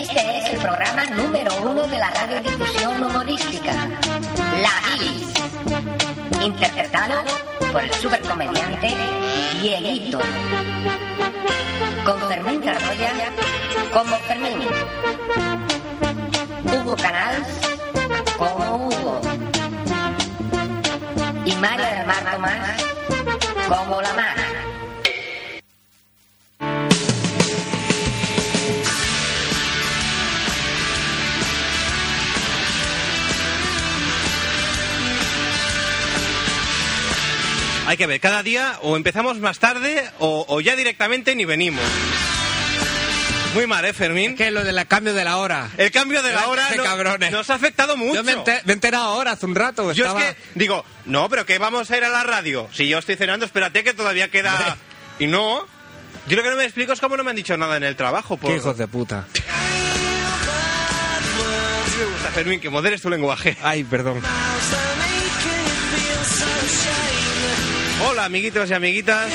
Este programa número uno de la radiodifusión humorística, La Bilis, interpretado por el supercomediante Dieguito, con Fermín Carroya como Fermín, Hugo Canals como Hugo y María del Mar Tomás como La Mara. Hay que ver, cada día o empezamos más tarde o, o ya directamente ni venimos. Muy mal, ¿eh, Fermín? Que lo del cambio de la hora. El cambio de la Ay, hora qué no- cabrones. nos ha afectado mucho. Yo me, enter- me he enterado ahora, hace un rato. Yo estaba- es que digo, no, pero que vamos a ir a la radio. Si yo estoy cenando, espérate que todavía queda... Y no... Yo lo que no me explico es cómo no me han dicho nada en el trabajo. Por... Qué hijos de puta. Sí me gusta, Fermín, que moderes tu lenguaje. Ay, perdón. Hola, amiguitos y amiguitas.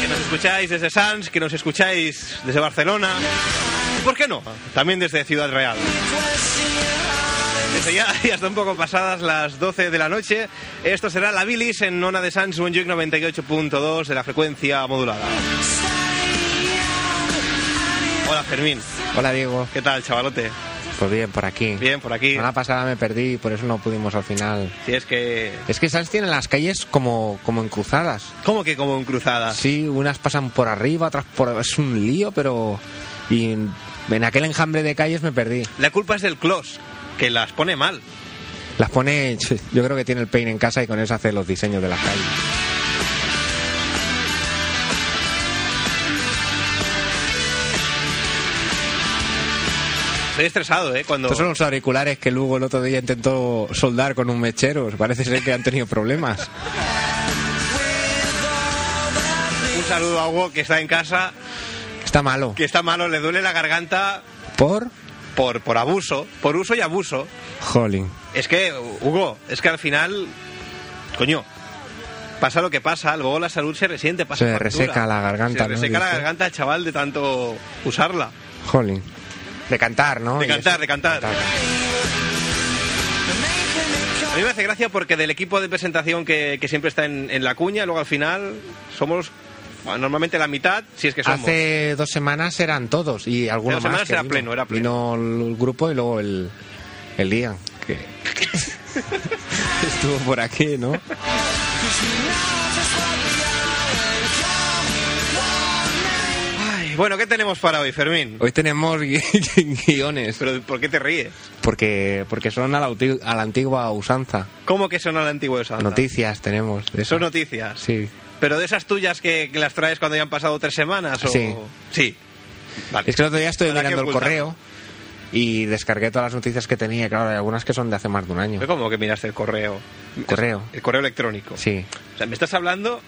Que nos escucháis desde Sans, que nos escucháis desde Barcelona. ¿Y por qué no? También desde Ciudad Real. Desde ya, ya están un poco pasadas las 12 de la noche. Esto será la bilis en Nona de Sans, un 98.2 de la frecuencia modulada. Hola, Fermín. Hola, Diego. ¿Qué tal, chavalote? Pues bien, por aquí. Bien, por La aquí. semana pasada me perdí y por eso no pudimos al final. Si es que... Es que Sans tiene las calles como, como encruzadas. ¿Cómo que como en cruzada? Sí, unas pasan por arriba, otras por... Es un lío, pero... Y en en aquel enjambre de calles me perdí. La culpa es del Clos, que las pone mal. Las pone... Yo creo que tiene el paint en casa y con eso hace los diseños de las calles. Estoy estresado, ¿eh? Cuando... Estos son los auriculares que Lugo el otro día intentó soldar con un mechero. Parece ser que han tenido problemas. Un saludo a Hugo que está en casa, Está malo. que está malo, le duele la garganta ¿Por? por, por abuso, por uso y abuso. Jolín. Es que, Hugo, es que al final, coño, pasa lo que pasa, luego la salud se resiente, pasa Se factura. reseca la garganta, Se ¿no? reseca la Dice. garganta al chaval de tanto usarla. Jolín. De cantar, ¿no? De Y cantar, eso. de cantar. A mí me hace gracia porque del equipo de presentación que, que siempre está en, en la cuña, luego al final somos bueno, normalmente la mitad, si es que somos. Hace dos semanas eran todos y algunos Dos semanas más. que era vino. pleno, era pleno. Vino el grupo y luego el, el día. Que... Estuvo por aquí, ¿no? Ay, bueno, ¿qué tenemos para hoy, Fermín? Hoy tenemos gui- guiones. Pero ¿por qué te ríes? Porque, porque son a la, uti- a la antigua usanza. ¿Cómo que son al antiguo de Santa? Noticias tenemos. de Son esas. noticias. Sí. Pero de esas tuyas que, que las traes cuando ya han pasado tres semanas o... Sí. Sí. Vale. Es que el otro día estuve Habrá que mirando el ocultar. correo y descargué todas las noticias que tenía. Claro, hay algunas que son de hace más de un año. ¿Cómo que miraste el correo? Correo. El correo electrónico. Sí. O sea, me estás hablando...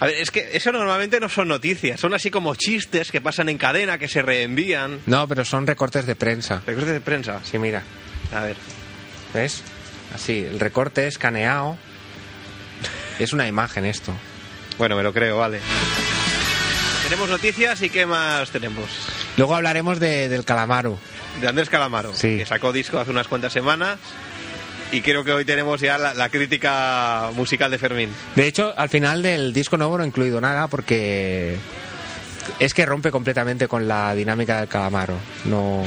A ver, es que eso normalmente no son noticias, son así como chistes que pasan en cadena, que se reenvían. No, pero son recortes de prensa. Recortes de prensa. Sí, mira. A ver. ¿Ves? Así, el recorte escaneado. Es una imagen esto. Bueno, me lo creo, vale. Tenemos noticias y ¿qué más tenemos? Luego hablaremos de- del calamaro. De Andrés Calamaro, Sí. que sacó disco hace unas cuantas semanas. Y creo que hoy tenemos ya la, la crítica musical de Fermín. De hecho, al final del disco nuevo no he incluido nada porque es que rompe completamente con la dinámica del calamaro. No.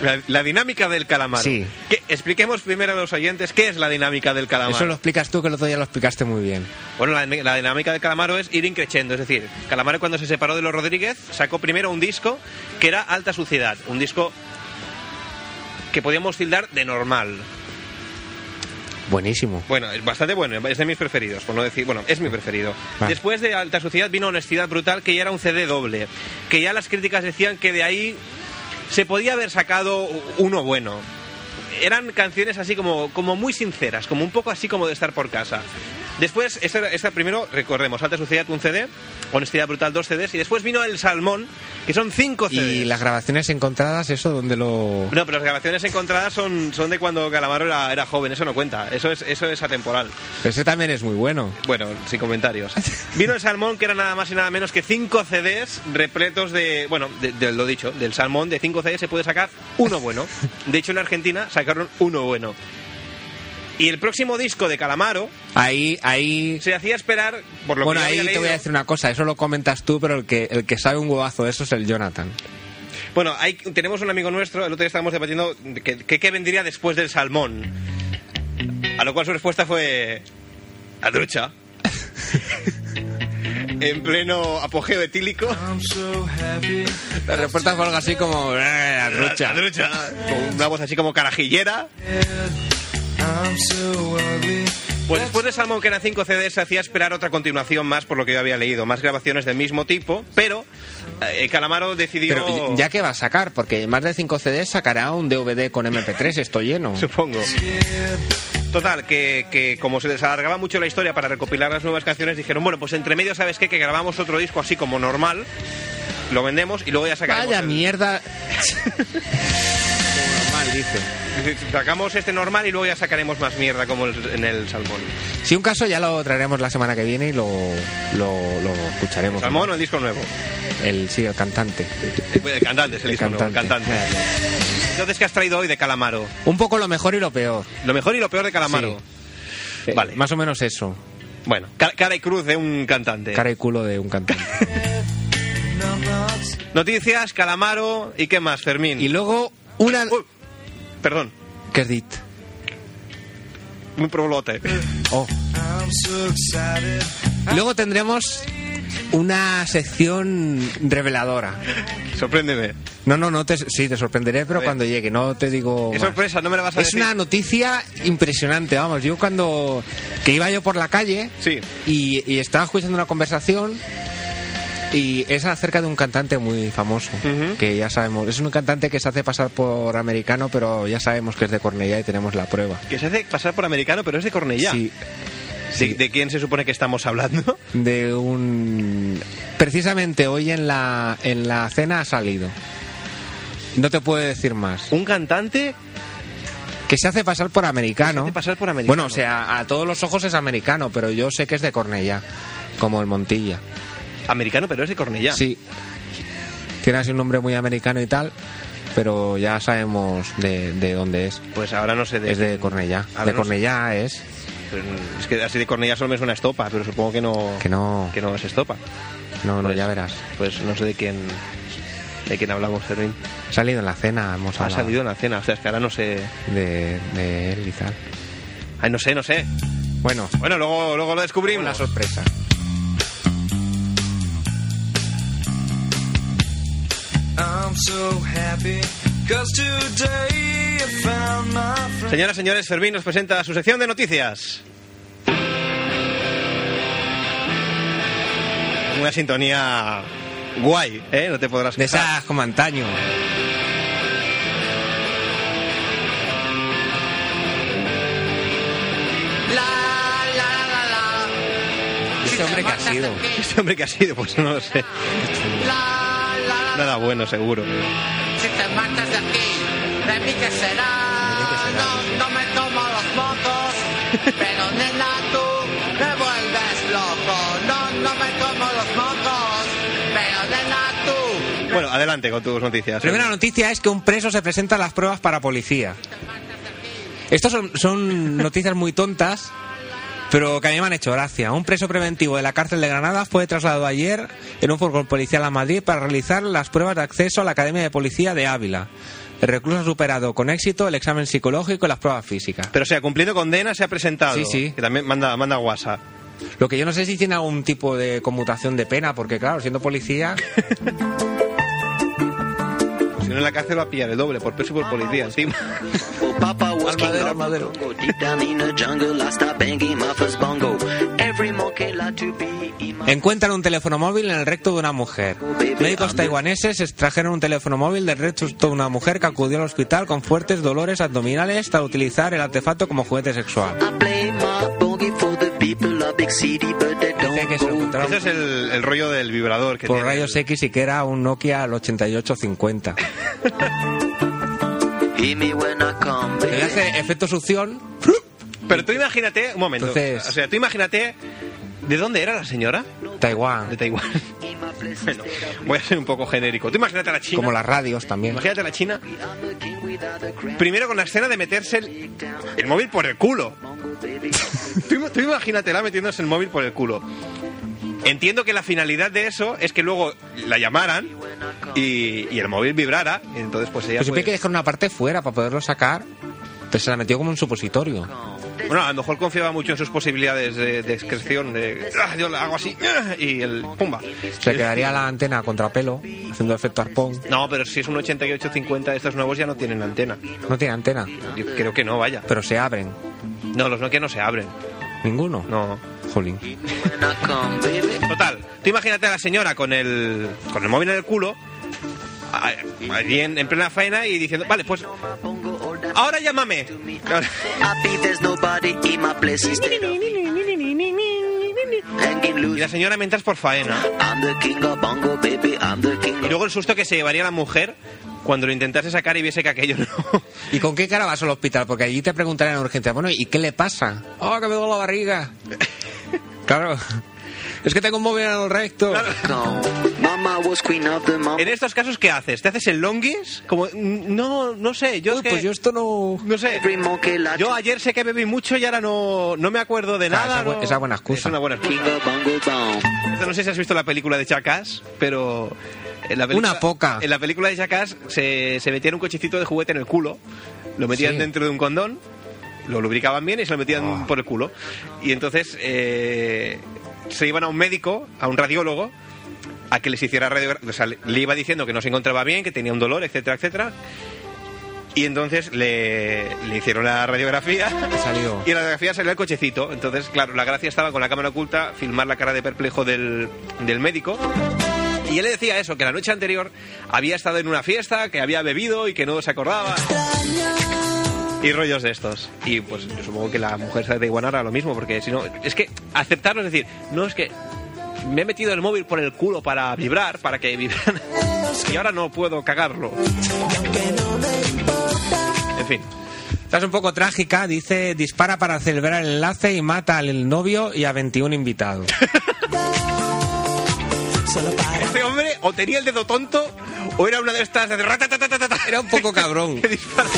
La, la dinámica del calamaro. Sí. Que- expliquemos primero a los oyentes qué es la dinámica del calamaro. Eso lo explicas tú que el otro día lo explicaste muy bien. Bueno, la, la dinámica del calamaro es ir increciendo. Es decir, Calamaro cuando se separó de los Rodríguez sacó primero un disco que era Alta Suciedad. Un disco que podíamos tildar de normal. Buenísimo. Bueno, es bastante bueno, es de mis preferidos, por no decir, bueno, es mi preferido. Vale. Después de Alta Suciedad vino Honestidad Brutal, que ya era un CD doble, que ya las críticas decían que de ahí se podía haber sacado uno bueno. Eran canciones así como, como muy sinceras, como un poco así como de estar por casa. Después, esta, esta primero, recordemos, Alta Sociedad un CD, Honestidad Brutal dos CDs, y después vino El Salmón, que son cinco CDs. Y las grabaciones encontradas, eso donde lo... No, pero las grabaciones encontradas son, son de cuando Calamaro era, era joven, eso no cuenta, eso es, eso es atemporal. Ese también es muy bueno. Bueno, sin comentarios. Vino el salmón, que era nada más y nada menos que 5 CDs repletos de. Bueno, de, de lo dicho, del salmón, de 5 CDs se puede sacar uno bueno. De hecho, en Argentina sacaron uno bueno. Y el próximo disco de Calamaro Ahí, ahí... se hacía esperar, por lo Bueno, que yo ahí había te voy a leído- decir una cosa, eso lo comentas tú, pero el que, el que sabe un huevazo de eso es el Jonathan. Bueno, hay- tenemos un amigo nuestro, el otro día estábamos debatiendo qué que, qué vendría después del salmón. A lo cual su respuesta fue. La ducha. en pleno apogeo etílico. La respuesta fue algo así como... "Eh, la trucha". La ducha. Con una voz así como carajillera. Pues después de Salmón, que eran 5 CDs, se hacía esperar otra continuación más, por lo que yo había leído. Más grabaciones del mismo tipo, pero eh, Calamaro decidió. Pero ya que va a sacar, porque más de 5 CDs sacará un DVD con MP3, esto lleno. Supongo. Total, que, que como se les alargaba mucho la historia para recopilar las nuevas canciones, dijeron, bueno, pues entre medio, ¿sabes qué? Que grabamos otro disco así como normal, lo vendemos y luego ya sacaremos... Vaya el- mierda. Normal, dice. Sacamos este normal y luego ya sacaremos más mierda como el- en el Salmón. Si un caso ya lo traeremos la semana que viene y lo, lo, lo escucharemos. ¿Salmón o el disco nuevo? El, sí, el cantante. El cantante, es el, El disco nuevo, el cantante. cantante. Entonces, ¿qué has traído hoy de Calamaro? Un poco lo mejor y lo peor. Lo mejor y lo peor de Calamaro. Eh, Vale. Más o menos eso. Bueno, ca- cara y cruz de un cantante. Cara y culo de un cantante. Noticias, Calamaro y qué más, Fermín. y luego una... Uy, perdón, ¿Qué es dit? un probolote. Oh. Y Luego tendremos una sección reveladora. Sorpréndeme. No, no, no te, sí, te sorprenderé, pero Bien. cuando llegue, no te digo. Es más. sorpresa, no me la vas a Oh, Es decir. una noticia impresionante, vamos. Yo cuando. que iba yo por la calle. Sí. Y, y estaba escuchando una conversación. Y es acerca de un cantante muy famoso. Ujú. Que ya sabemos. Es un cantante que se hace pasar por americano, pero ya sabemos que es de Cornellá y tenemos la prueba. Que se hace pasar por americano, pero es de Cornellá. Sí, ¿De, sí. de quién se supone que estamos hablando? de un precisamente hoy en la en la cena ha salido no te puedo decir más Un cantante que se hace pasar por americano hace pasar por americano. bueno o sea a todos los ojos es americano pero yo sé que es de Cornellá como el Montilla americano, pero es de Cornellá. sí tiene así un nombre muy americano y tal pero ya sabemos de, de dónde es Pues ahora no sé de... es de Cornellá Ahora de no sé. Cornellá es Pero Es que así de Cornellá solo me suena estopa, pero supongo que no... que no Que no es estopa. no no Pues- ya verás Pues no sé de quién... De quién hablamos, Fermín. ha salido en la cena hemos Ha hablado salido en la cena, o sea, es que ahora no sé... de, de él y tal Ay, no sé, no sé. bueno Bueno, luego, luego lo descubrimos. una sorpresa I'm so happy, cause today I found my friend. Señoras, señores, Fermín nos presenta su sección de noticias. Una sintonía guay, ¿eh? No te podrás De quejar. esas como antaño. Este hombre que ha sido. Este hombre que ha sido, pues no lo sé. Nada bueno, seguro. Si te matas de aquí, de mí que será. No, no me tomo los mocos, pero nena tú me vuelves loco. No, no me tomo los mocos, pero nena tú. Bueno, adelante con tus noticias. Primera noticia es que un preso se presenta a las pruebas para policía. Estas son, son noticias muy tontas, pero que a mí me han hecho gracia. Un preso preventivo de la cárcel de Granada fue trasladado ayer en un furgón policial a Madrid para realizar las pruebas de acceso a la Academia de Policía de Ávila. El recluso ha superado con éxito el examen psicológico y las pruebas físicas. Pero o sea, cumpliendo condena se ha presentado. Sí, sí. Que también manda, manda WhatsApp. Lo que yo no sé si tiene algún tipo de conmutación de pena, porque claro, siendo policía... Si no en la cárcel va a pillar el doble por peso y por policía encima. Oh, Papa was king of Congo. Deep down in the jungle, I start banging my first bongo. Every monkey like to be in my Encuentran un teléfono móvil en el recto de una mujer. Médicos taiwaneses extrajeron un teléfono móvil del recto de una mujer que acudió al hospital con fuertes dolores abdominales tras utilizar el artefacto como juguete sexual. I play my bogey for the people of Atlantic City, but they Dice que don't se lo go. encontraron Ese es el, el rollo del vibrador que por tiene. rayos X y que era un Nokia al 8850. Hear me when I come, Le baby. hace efecto succión. Pero tú imagínate, un momento. Entonces- O sea, tú imagínate. ¿De dónde era la señora? De Taiwán. Taiwán. Bueno, voy a ser un poco genérico. Tú imagínate a la China. Como las radios también. Imagínate a la China. Primero con la escena de meterse el, el móvil por el culo. tú, im- tú imagínatela metiéndose el móvil por el culo. Entiendo que la finalidad de eso es que luego la llamaran y, y el móvil vibrara. y entonces, pues ella. Pero siempre hay que pues- dejar una parte fuera para poderlo sacar. Entonces se la metió como un supositorio. bueno, a lo mejor confiaba mucho en sus posibilidades de, de excreción. De, "Ah, yo la hago así y el. ¡Pumba! Se quedaría la antena a contrapelo, haciendo efecto arpón. No, pero si es un 8850 de estos nuevos ya no tienen antena. No tiene antena, Yo creo que no, vaya. pero se abren. No, los Nokia no se abren. Ninguno. No. Jolín. When I come, baby. Total, tú imagínate a la señora con el, con el móvil en el culo, a- allí en, en plena faena y diciendo, vale, pues ahora llámame. Ahora- Happy there's nobody in my place instead of me. Hanging Y loose. la señora mientras por faena. I'm the king of bongo, baby. I'm the king Y of luego el susto que se llevaría la mujer cuando lo intentase sacar y viese que aquello no. ¿Y con qué cara vas al hospital? Porque allí te preguntarán en urgencia, bueno, ¿y qué le pasa? ¡Oh, que me duele la barriga! claro. Es que tengo un móvil en el recto. gone. Mama was queen of the mountain. En estos casos, ¿qué haces? ¿Te haces el longis? Como, no, no sé, yo Uy, es que- pues yo esto no... no sé. Every monkey like Yo ayer sé que bebí mucho y ahora no, no me acuerdo de Ah, nada. esa es bu- no- esa es buena excusa. Es una buena excusa. king of bongo down. Esto No sé si has visto la película de Chacas, pero. en la película- Una poca. En la película de Chacas se, se metían un cochecito de juguete en el culo, lo metían Sí. Ah. dentro de un condón, lo lubricaban bien y se lo metían por el culo. Y entonces eh, se iban a un médico, a un radiólogo, a que les hiciera radiografía. O sea, le le iba diciendo que no se encontraba bien, que tenía un dolor, etcétera, etcétera. Y entonces le, le hicieron la radiografía. salió. Y en la radiografía salió el cochecito. Entonces, claro, la gracia estaba con la cámara oculta, filmar la cara de perplejo del, del médico. Y él le decía eso, que la noche anterior había estado en una fiesta, que había bebido y que no se acordaba. Y rollos de estos. Y pues yo supongo que la mujer de Taiwán hará lo mismo, porque si no. Es que aceptarlo es decir, no es que me he metido el móvil por el culo para vibrar, para que vibran. Y ahora no puedo cagarlo. En fin. Estás un poco trágica, dice, dispara para celebrar el enlace y mata al novio y a 21 invitados. Este hombre o tenía el dedo tonto o era una de estas de ratatatatata. Era un poco cabrón. Que dispara.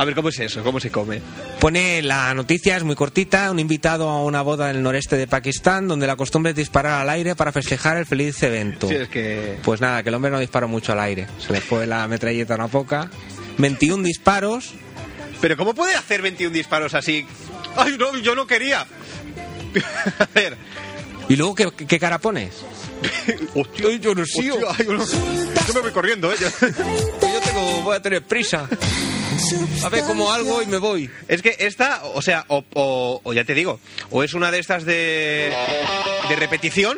A ver, ¿cómo es eso? ¿Cómo se come? Pone la noticia, es muy cortita, un invitado a una boda en el noreste de Pakistán donde la costumbre es disparar al aire para festejar el feliz evento. Sí, es que... Pues nada, que el hombre no disparó mucho al aire. Se le fue la metralleta una poca. 21 disparos. Pero ¿cómo puede hacer 21 disparos así? ¡Ay, no! Yo no quería. A ver... ¿Y luego qué, qué cara pones? Hostia, Ay, yo no sé. hostia, ay, yo, no- yo me voy corriendo, ¿eh? Yo- Yo tengo, voy a tener prisa. A ver, como algo y me voy. Es que esta, o sea, o, o- o ya te digo, o es una de estas de, de repetición,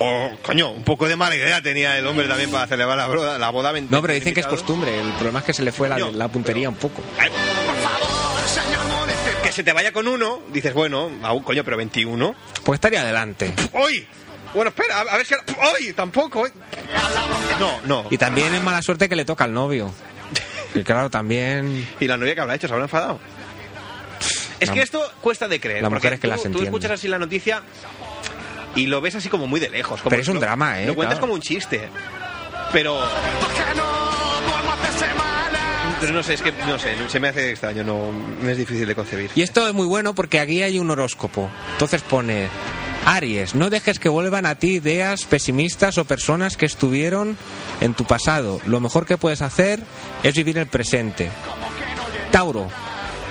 o, coño, un poco de mala idea tenía el hombre también para celebrar la, boda- la boda. No, pero dicen que es invitados. costumbre. El problema es que se le fue la, Yo, la puntería pero- un poco. Ay, por favor, señor Molester, Que se te vaya con uno, dices, bueno, aún, coño, pero 21. Pues estaría adelante. ¡Hoy! Bueno, espera, a, a ver si... ¡Hoy! Tampoco, ¿eh? No, no. Y también es mala suerte que le toca al novio. Que claro, también... ¿Y la novia que habrá hecho? ¿Se habrá enfadado? Es La- que esto cuesta de creer. la mujer porque es que las tú, tú entiende. escuchas así la noticia y lo ves así como muy de lejos. Como Pero es un lo- drama, ¿eh? Lo cuentas Claro. como un chiste. Pero... Pero no sé, es que no sé, se me hace extraño, no, me es difícil de concebir. Y esto es muy bueno porque aquí hay un horóscopo. Entonces pone, Aries, no dejes que vuelvan a ti ideas pesimistas o personas que estuvieron en tu pasado. Lo mejor que puedes hacer es vivir el presente. Tauro,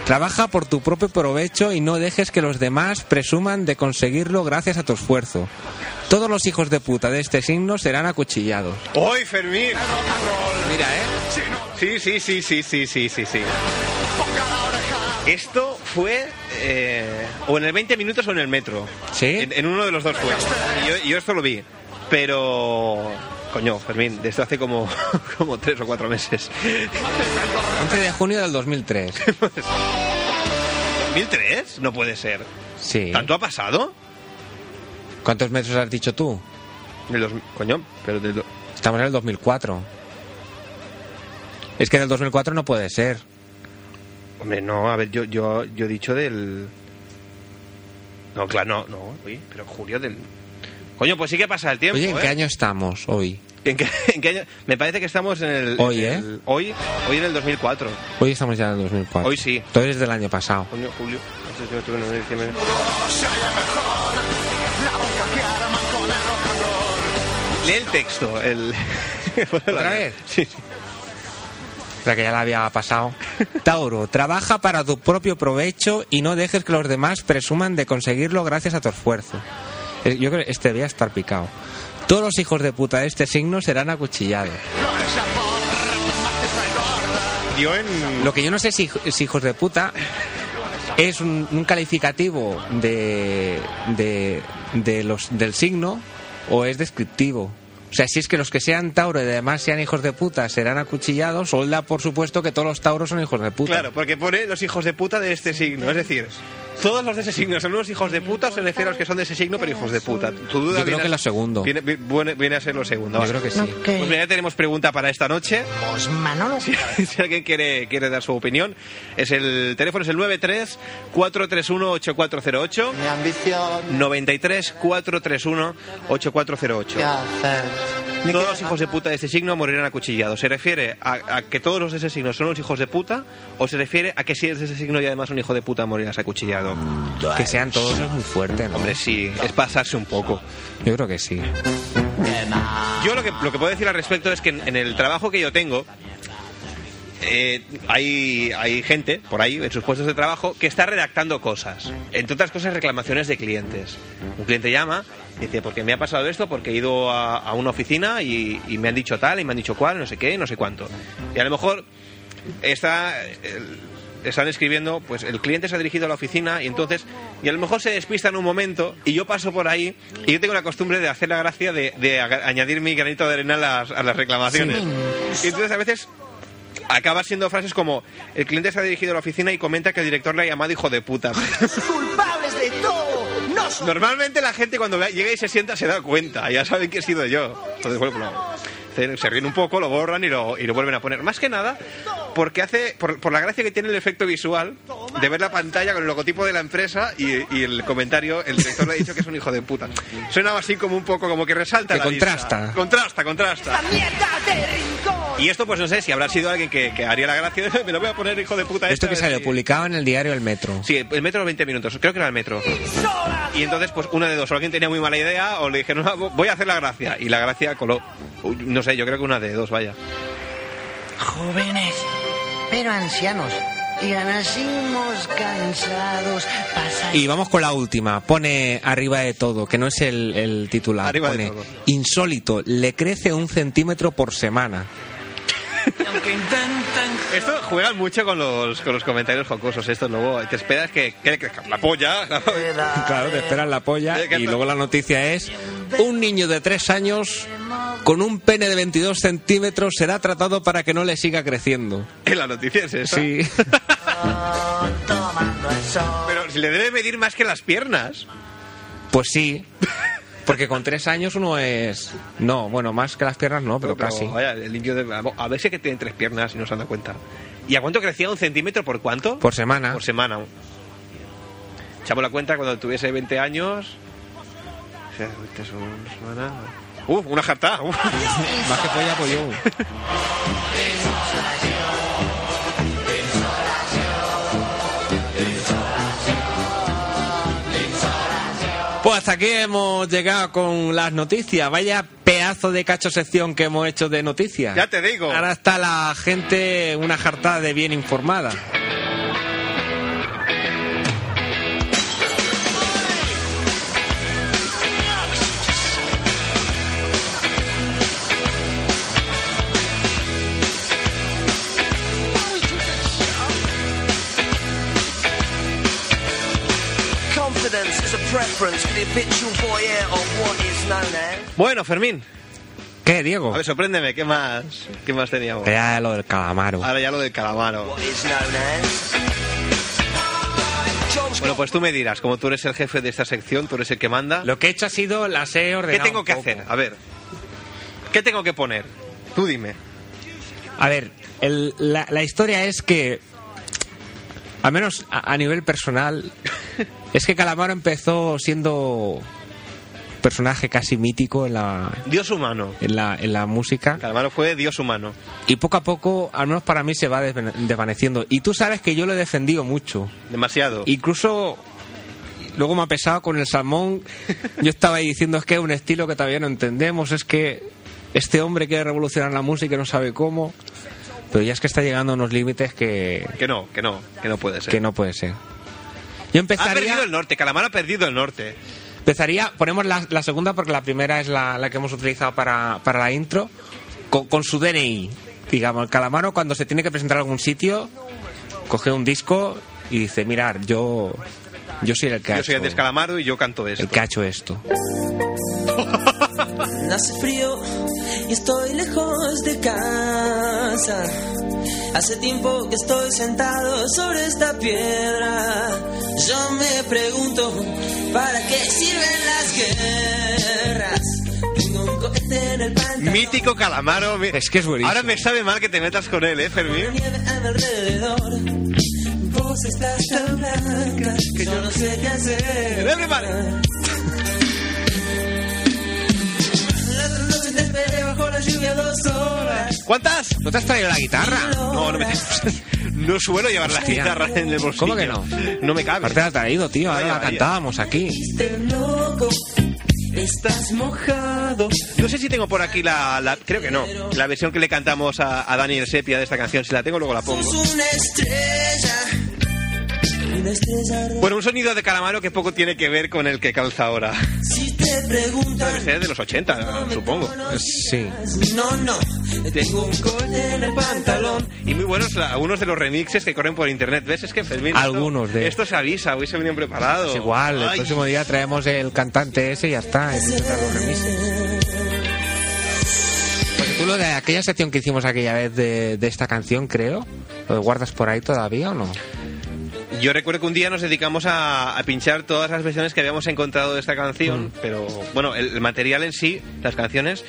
trabaja por tu propio provecho y no dejes que los demás presuman de conseguirlo gracias a tu esfuerzo. Todos los hijos de puta de este signo serán acuchillados. ¡Hoy, Fermín! Mira, ¿eh? Sí, sí, sí, sí, sí, sí, sí, sí. Esto fue eh, o en el 20 minutos o en el metro. ¿Sí? En, en uno de los dos fue. Y Yo, yo esto lo vi. Pero... Coño, Fermín, desde hace como, como tres o cuatro meses. 11 de junio del 2003. ¿2003? No puede ser. Sí. ¿Tanto ha pasado? ¿Cuántos metros has dicho tú? Del dos- Coño, pero del do- Estamos en el 2004. Es que en el 2004 no puede ser. Hombre, no, a ver, yo, yo, yo he dicho del... No, claro, no, no, oye, pero julio del... Coño, pues sí que pasa el tiempo, Oye, ¿en ¿eh? qué año estamos hoy? ¿En qué, en qué año? Me parece que estamos en el... en Hoy, ¿eh? el- hoy, hoy en el 2004. Hoy estamos ya en el 2004. Hoy sí. Todo es del año pasado. Junio, julio, no sé si octubre, noviembre, diciembre. Lee el texto, el... ¿Otra vez? Sí, sí. La que ya la había pasado. Tauro, trabaja para tu propio provecho y no dejes que los demás presuman de conseguirlo gracias a tu esfuerzo. Eh, Yo creo que este debía estar picado. Todos los hijos de puta de este signo serán acuchillados. Dio en... Lo que yo no sé si, si hijos de puta es un, un calificativo de, de, de los, del signo o es descriptivo. O sea, si es que los que sean Tauro y además sean hijos de puta serán acuchillados, solda por supuesto que todos los Tauros son hijos de puta. Claro, porque pone los hijos de puta de este signo. Es decir, todos los de ese signo son unos hijos de puta, se refiere a los que son de ese signo, pero hijos de puta. Tu duda Yo creo viene a- que lo segundo. Viene, vi- viene- viene a ser lo segundo. Yo vale. creo que sí. Pues mira, ya tenemos pregunta para esta noche. Pues Manolo. Si, si alguien quiere, quiere dar su opinión, es el teléfono es el 93 431 8408. Mi ambición 93 431 8408. ¿Qué hacer? Ni Todos que- los hijos de puta de este signo morirán acuchillados. ¿Se refiere a, a que todos los de ese signo son unos hijos de puta? ¿O se refiere a que si eres de ese signo y además un hijo de puta morirás acuchillado? Que sean todos es muy fuerte, ¿no? Hombre, sí, es pasarse un poco. Yo creo que sí. Yo lo que, lo que puedo decir al respecto es que en, en el trabajo que yo tengo, eh, hay, hay gente por ahí, en sus puestos de trabajo, que está redactando cosas. Entre otras cosas, reclamaciones de clientes. Un cliente llama, dice, porque me ha pasado esto, porque he ido a, a una oficina y, y me han dicho tal, y me han dicho cual, no sé qué, no sé cuánto. Y a lo mejor está... el- están escribiendo, pues el cliente se ha dirigido a la oficina y entonces, y a lo mejor se despista en un momento y yo paso por ahí y yo tengo la costumbre de hacer la gracia de, de aga- añadir mi granito de arena a las, a las reclamaciones. Y entonces a veces acaba siendo frases como el cliente se ha dirigido a la oficina y comenta que el director le ha llamado hijo de puta. culpables de todo. No son- Normalmente la gente cuando ve- llega y se sienta se da cuenta, ya saben que he sido yo. Entonces, bueno, no. Se- se ríen un poco, lo borran y lo, y lo vuelven a poner. Más que nada porque hace, por, por la gracia que tiene el efecto visual de ver la pantalla con el logotipo de la empresa y, y el comentario, el director le ha dicho que es un hijo de puta. Suena así como un poco, como que resalta Que la lista. contrasta. Contrasta, contrasta. mierda de rincón! Y esto pues no sé si habrá sido alguien que, que haría la gracia de me lo voy a poner hijo de puta. Esto este, que a ver salió si- publicado en el diario El Metro. Sí, el metro 20 minutos, creo que era el metro. Y entonces, pues una de dos, o alguien tenía muy mala idea o le dijeron, "Ah, vo- voy a hacer la gracia. Y la gracia coló. Uy, No sé, yo creo que una de dos, vaya. Jóvenes, pero ancianos. Y nacimos cansados. Pasa Y vamos con la última. Pone arriba de todo, que no es el, el titular. Arriba de Pone, todo. insólito, le crece un centímetro por semana. Esto juegan mucho con los, con los comentarios jocosos, esto luego te esperas que, que le crezca la polla. ¿no? Claro, te esperan la polla Eh, que y esto- luego la noticia es un niño de tres años con un pene de 22 centímetros será tratado para que no le siga creciendo. En la noticia es eso. Sí. tomando el sol. Pero si le debe medir más que las piernas. Pues sí. Porque con tres años uno es... No, bueno, más que las piernas no, pero, casi. Vaya, el niño de... A veces que tiene tres piernas y no se han dado cuenta. ¿Y a cuánto crecía? ¿Un centímetro por cuánto? Por semana. Por semana. Echamos la cuenta cuando tuviese 20 años. O sea, esta es una semana. Uf, una jarta. uf. Más que polla, pues yo. Pues hasta aquí hemos llegado con las noticias. Vaya pedazo de cacho sección que hemos hecho de noticias. Ya te digo. Ahora está la gente una jartada de bien informada. Confidence is a preference for the habitual voyeur of what is known eh? as. Bueno, Fermín. ¿Qué, Diego? A ver, sorpréndeme. ¿Qué más, qué más teníamos? Ya lo del calamaro. Ahora ya lo del calamaro. What is known as. Bueno, pues tú me dirás, como tú eres el jefe de esta sección, tú eres el que manda. Lo que he hecho ha sido las he ¿Qué ordenado. tengo un que poco. hacer? A ver. ¿Qué tengo que poner? Tú dime. A ver, el- la, la historia es que, al menos a, a nivel personal, es que Calamaro empezó siendo personaje casi mítico en la, Dios humano. en la, en la música Calamaro fue Dios humano. y poco a poco, al menos para mí, se va desvane- desvaneciendo. Y tú sabes que yo lo he defendido mucho. Demasiado. Incluso luego me ha pesado con el salmón. Yo estaba ahí diciendo es que es un estilo que todavía no entendemos, es que este hombre quiere revolucionar la música y no sabe cómo. Pero ya es que está llegando a unos límites que, Que no, que no, que no puede ser. que no puede ser. Ha Yo empezaría, perdido el norte, Calamaro ha perdido el norte. empezaría ponemos la, la segunda porque la primera es la, la que hemos utilizado para, para la intro, con, con su DNI. Digamos, el calamaro cuando se tiene que presentar a algún sitio, coge un disco y dice, mirar, yo, yo soy el que ha Yo soy hecho- el descalamaro y yo canto esto. el que ha hecho esto. Hace frío y estoy lejos de casa. Hace tiempo que estoy sentado sobre esta piedra. Yo me pregunto, ¿para qué sirven las guerras? Tengo un cohete en el pantalón. Mítico Calamaro. mi- Es que es buenísimo. Ahora me sabe mal que te metas con él, ¿eh, Fermín? nieve a mi alrededor. Vos estás tan blanca que yo no sé qué hacer. Everybody. La otra noche te esperé bajo la lluvia dos horas. ¿Cuántas? ¿No te has traído la guitarra? No, no me... No suelo llevar la Hostia. guitarra en el bolsillo. ¿Cómo que no? No me cabe. Aparte la has traído, tío. Ahora la Vaya, vaya. cantábamos aquí. Te loco, estás mojado. No sé si tengo por aquí la, la- Creo que no. La versión que le cantamos a, a Daniel Sepia de esta canción. Si la tengo, luego la Sos pongo. una estrella. Una estrella roja. Bueno, un sonido de Calamaro que poco tiene que ver con el que calza ahora. Si te Debe preguntan, ser de los 80, supongo. Pues Sí. no, no. Tengo un cohete en el pantalón. Y muy buenos la- algunos de los remixes que corren por internet. ¿Ves? Es que Fermín. esto- Algunos de- Esto se avisa, hoy se venían preparados. Es igual, el Ay, próximo día traemos el cantante ese y ya está. es empezar los remixes. Porque tú lo de aquella sección que hicimos aquella vez de, de esta canción, creo, ¿lo guardas por ahí todavía o no? Yo recuerdo que un día nos dedicamos a, a pinchar todas las versiones que habíamos encontrado de esta Mm. canción, pero bueno, el, el material en sí, las canciones,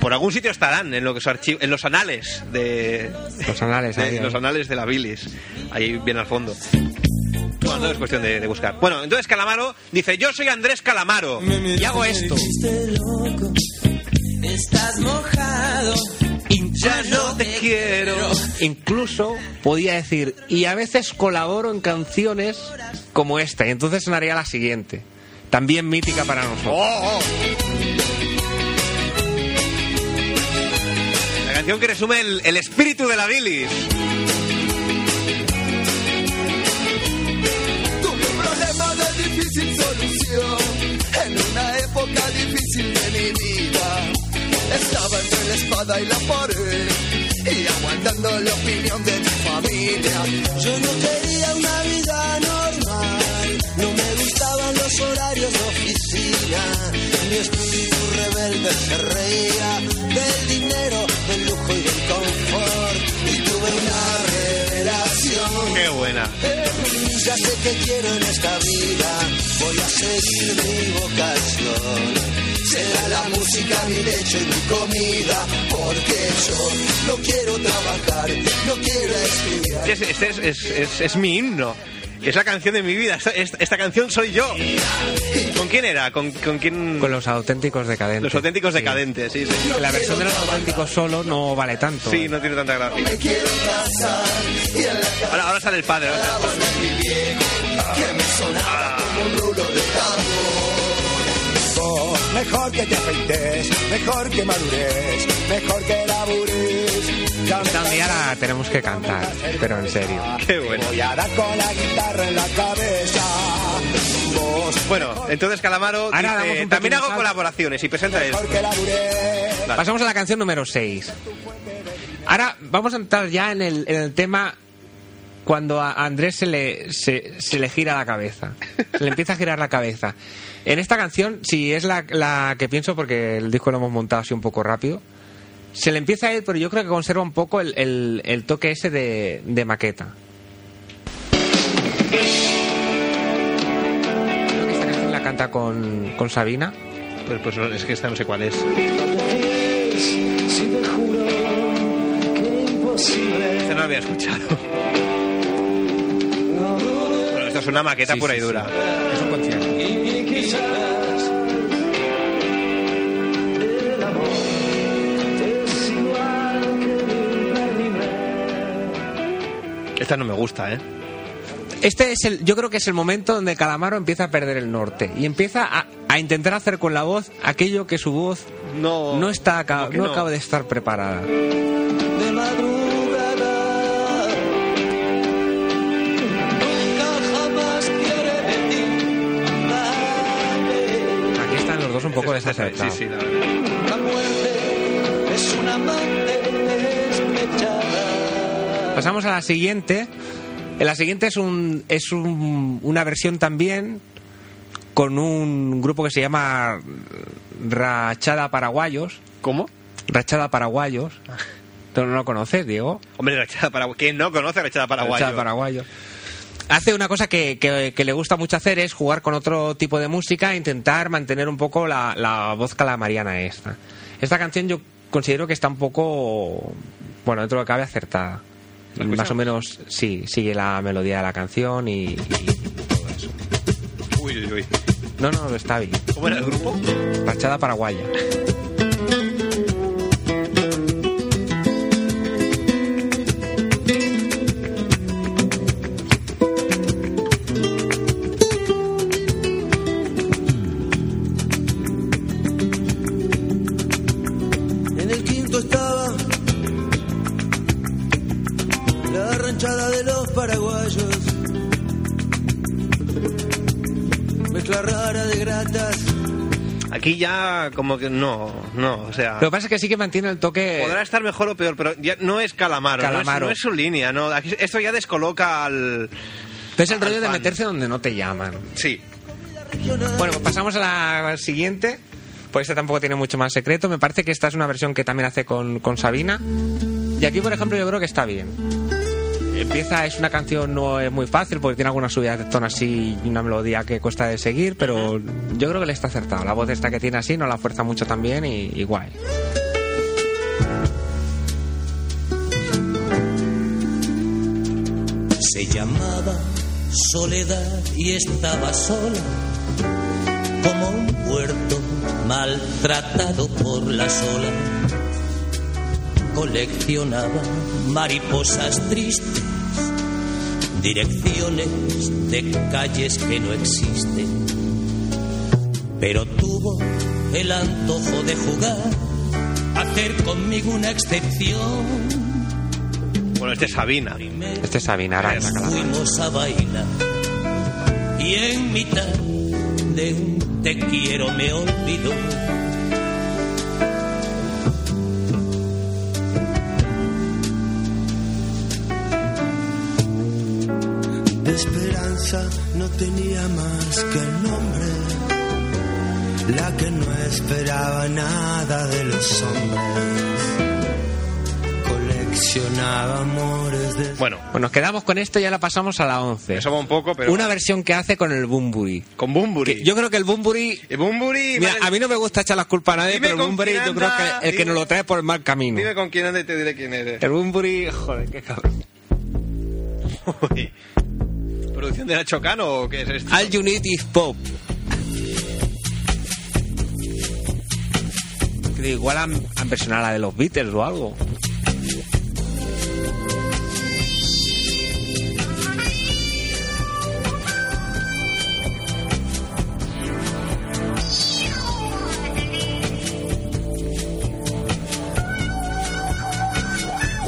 por algún sitio estarán en, lo que son archi- en los anales de. Los anales, de- ahí, los ahí. anales de la bilis. Ahí bien al fondo. Bueno, no es cuestión de, de buscar. Bueno, entonces Calamaro dice: Yo soy Andrés Calamaro y hago esto. Te loco, estás mojado. Ya no te quiero. Incluso podía decir, y a veces colaboro en canciones como esta, y entonces sonaría la siguiente, también mítica para nosotros. Oh, oh. La canción que resume el, el espíritu de la bilis. Tuve un problema de difícil solución en una época difícil de mi vida. Estaba entre la espada y la pared y aguantando la opinión de mi familia. Yo no quería una vida normal, no me gustaban los horarios de oficina. Mi espíritu rebelde se reía del dinero, del lujo y del confort. Y tuve una revelación. Qué buena. Ya sé que quiero en esta vida, voy a seguir mi vocación. Será la música mi leche y mi comida, porque yo no quiero trabajar, no quiero estudiar. Este es, este es, es- es- es mi himno. Es la canción de mi vida. Esta, esta- esta canción soy yo. ¿Con quién era? ¿Con, con quién? Con los auténticos decadentes. Los auténticos Sí. decadentes, sí, sí. La versión de los auténticos solo no vale tanto. Sí, no tiene tanta gracia. Ahora, ahora sale el padre. ahora sale- Mejor que te afeites, mejor que madures, mejor que labures. Ya me Un día la tenemos que cantar, pero en serio. Qué bueno. Voy ahora con la guitarra en la cabeza. Vos Bueno, entonces Calamaro Ahora dice, damos un también pequeño hago salto". colaboraciones y presenta esto. mejor que labures. Pasamos a la canción número 6. Ahora vamos a entrar ya en el, en el tema cuando a Andrés se le, se, se le gira la cabeza. Se le empieza a girar la cabeza. En esta canción, si es la, la que pienso, porque el disco lo hemos montado así un poco rápido, se le empieza a ir, pero yo creo que conserva un poco el, el- el toque ese de, de maqueta. canta con, con Sabina. Pues, pues no, es que esta no sé cuál es. Esta Este no la había escuchado. Bueno, esto es una maqueta Sí, pura sí, y dura. sí. Es un concierto. Esta no me gusta, ¿eh? Este es el, yo creo que es el momento donde Calamaro empieza a perder el norte y empieza a, a intentar hacer con la voz aquello que su voz No, no está acá, ¿Cómo que no, no? acaba de estar preparada. de madrugada. Nunca jamás quiere de ti. Madre, Aquí están los dos un poco Esta- esta- desacertados. Sí, sí, la verdad. La muerte es una amante despechada. Pasamos a la siguiente. Eh, La siguiente es un es un- una versión también con un grupo que se llama Rachada Paraguayos. ¿Cómo? Rachada Paraguayos. Tú no lo conoces, Diego. Hombre, la echada paraguayo. ¿Quién no conoce a la echada paraguayo? Rachada Paraguayo. Hace una cosa que, que- que le gusta mucho hacer es jugar con otro tipo de música e intentar mantener un poco la, la voz calamariana esta. Esta canción yo considero que está un poco, bueno, dentro de lo que cabe acertada. ¿La Más o escuchamos? menos, sí, sigue la melodía de la canción y... y todo eso. Uy, uy, uy. No, no, está bien. ¿Cómo era el grupo? Rachada paraguaya. En el quinto estaba la ranchada de los paraguayos. Mezcla rara de gratas. Aquí ya como que no, no, o sea... Lo que pasa es que sí que mantiene el toque... Podrá estar mejor o peor, pero ya no es Calamaro, no es- Calamaro. No, es, su línea, no. Aquí- esto ya descoloca al... Es el rollo al de fan. meterse donde no te llaman. Sí. Bueno, pues pasamos a la siguiente. Pues esta tampoco tiene mucho más secreto. Me parece que esta es una versión que también hace con, con Sabina. Y aquí, por ejemplo, yo creo que está bien. Empieza, es una canción, no es muy fácil porque tiene algunas subidas de tono así y una melodía que cuesta de seguir, pero yo creo que le está acertado. La voz esta que tiene así no la fuerza mucho también y, y guay. Se llamaba Soledad y estaba sola, como un puerto maltratado por las olas. Coleccionaba mariposas tristes, direcciones de calles que no existen. Pero tuvo el antojo de jugar, hacer conmigo una excepción. Bueno, este es Sabina. Este es Sabina, ahora es la cala- Fuimos a bailar y en mitad de un te quiero me olvidó. De esperanza no tenía más que el nombre, la que no esperaba nada de los hombres. Coleccionaba amores de... Bueno, Bueno, Pues nos quedamos con esto y ahora pasamos a la 11. eso va un poco, pero... Una versión que hace con el Bumburi. Con Bumburi. Que Yo creo que el Bumburi Eh, Bumburi... Mira, vale, a mí no me gusta echar las culpas a nadie, Dime pero el con Bunbury quién yo creo anda, que el que dime- nos lo trae por el mal camino. Dime con quién andas y te diré quién eres. El Bunbury, joder, qué cabrón. Uy. ¿Producción de Nacho Cano o qué es esto? All you need is pop. Que Igual han, han versionado la de los Beatles o algo.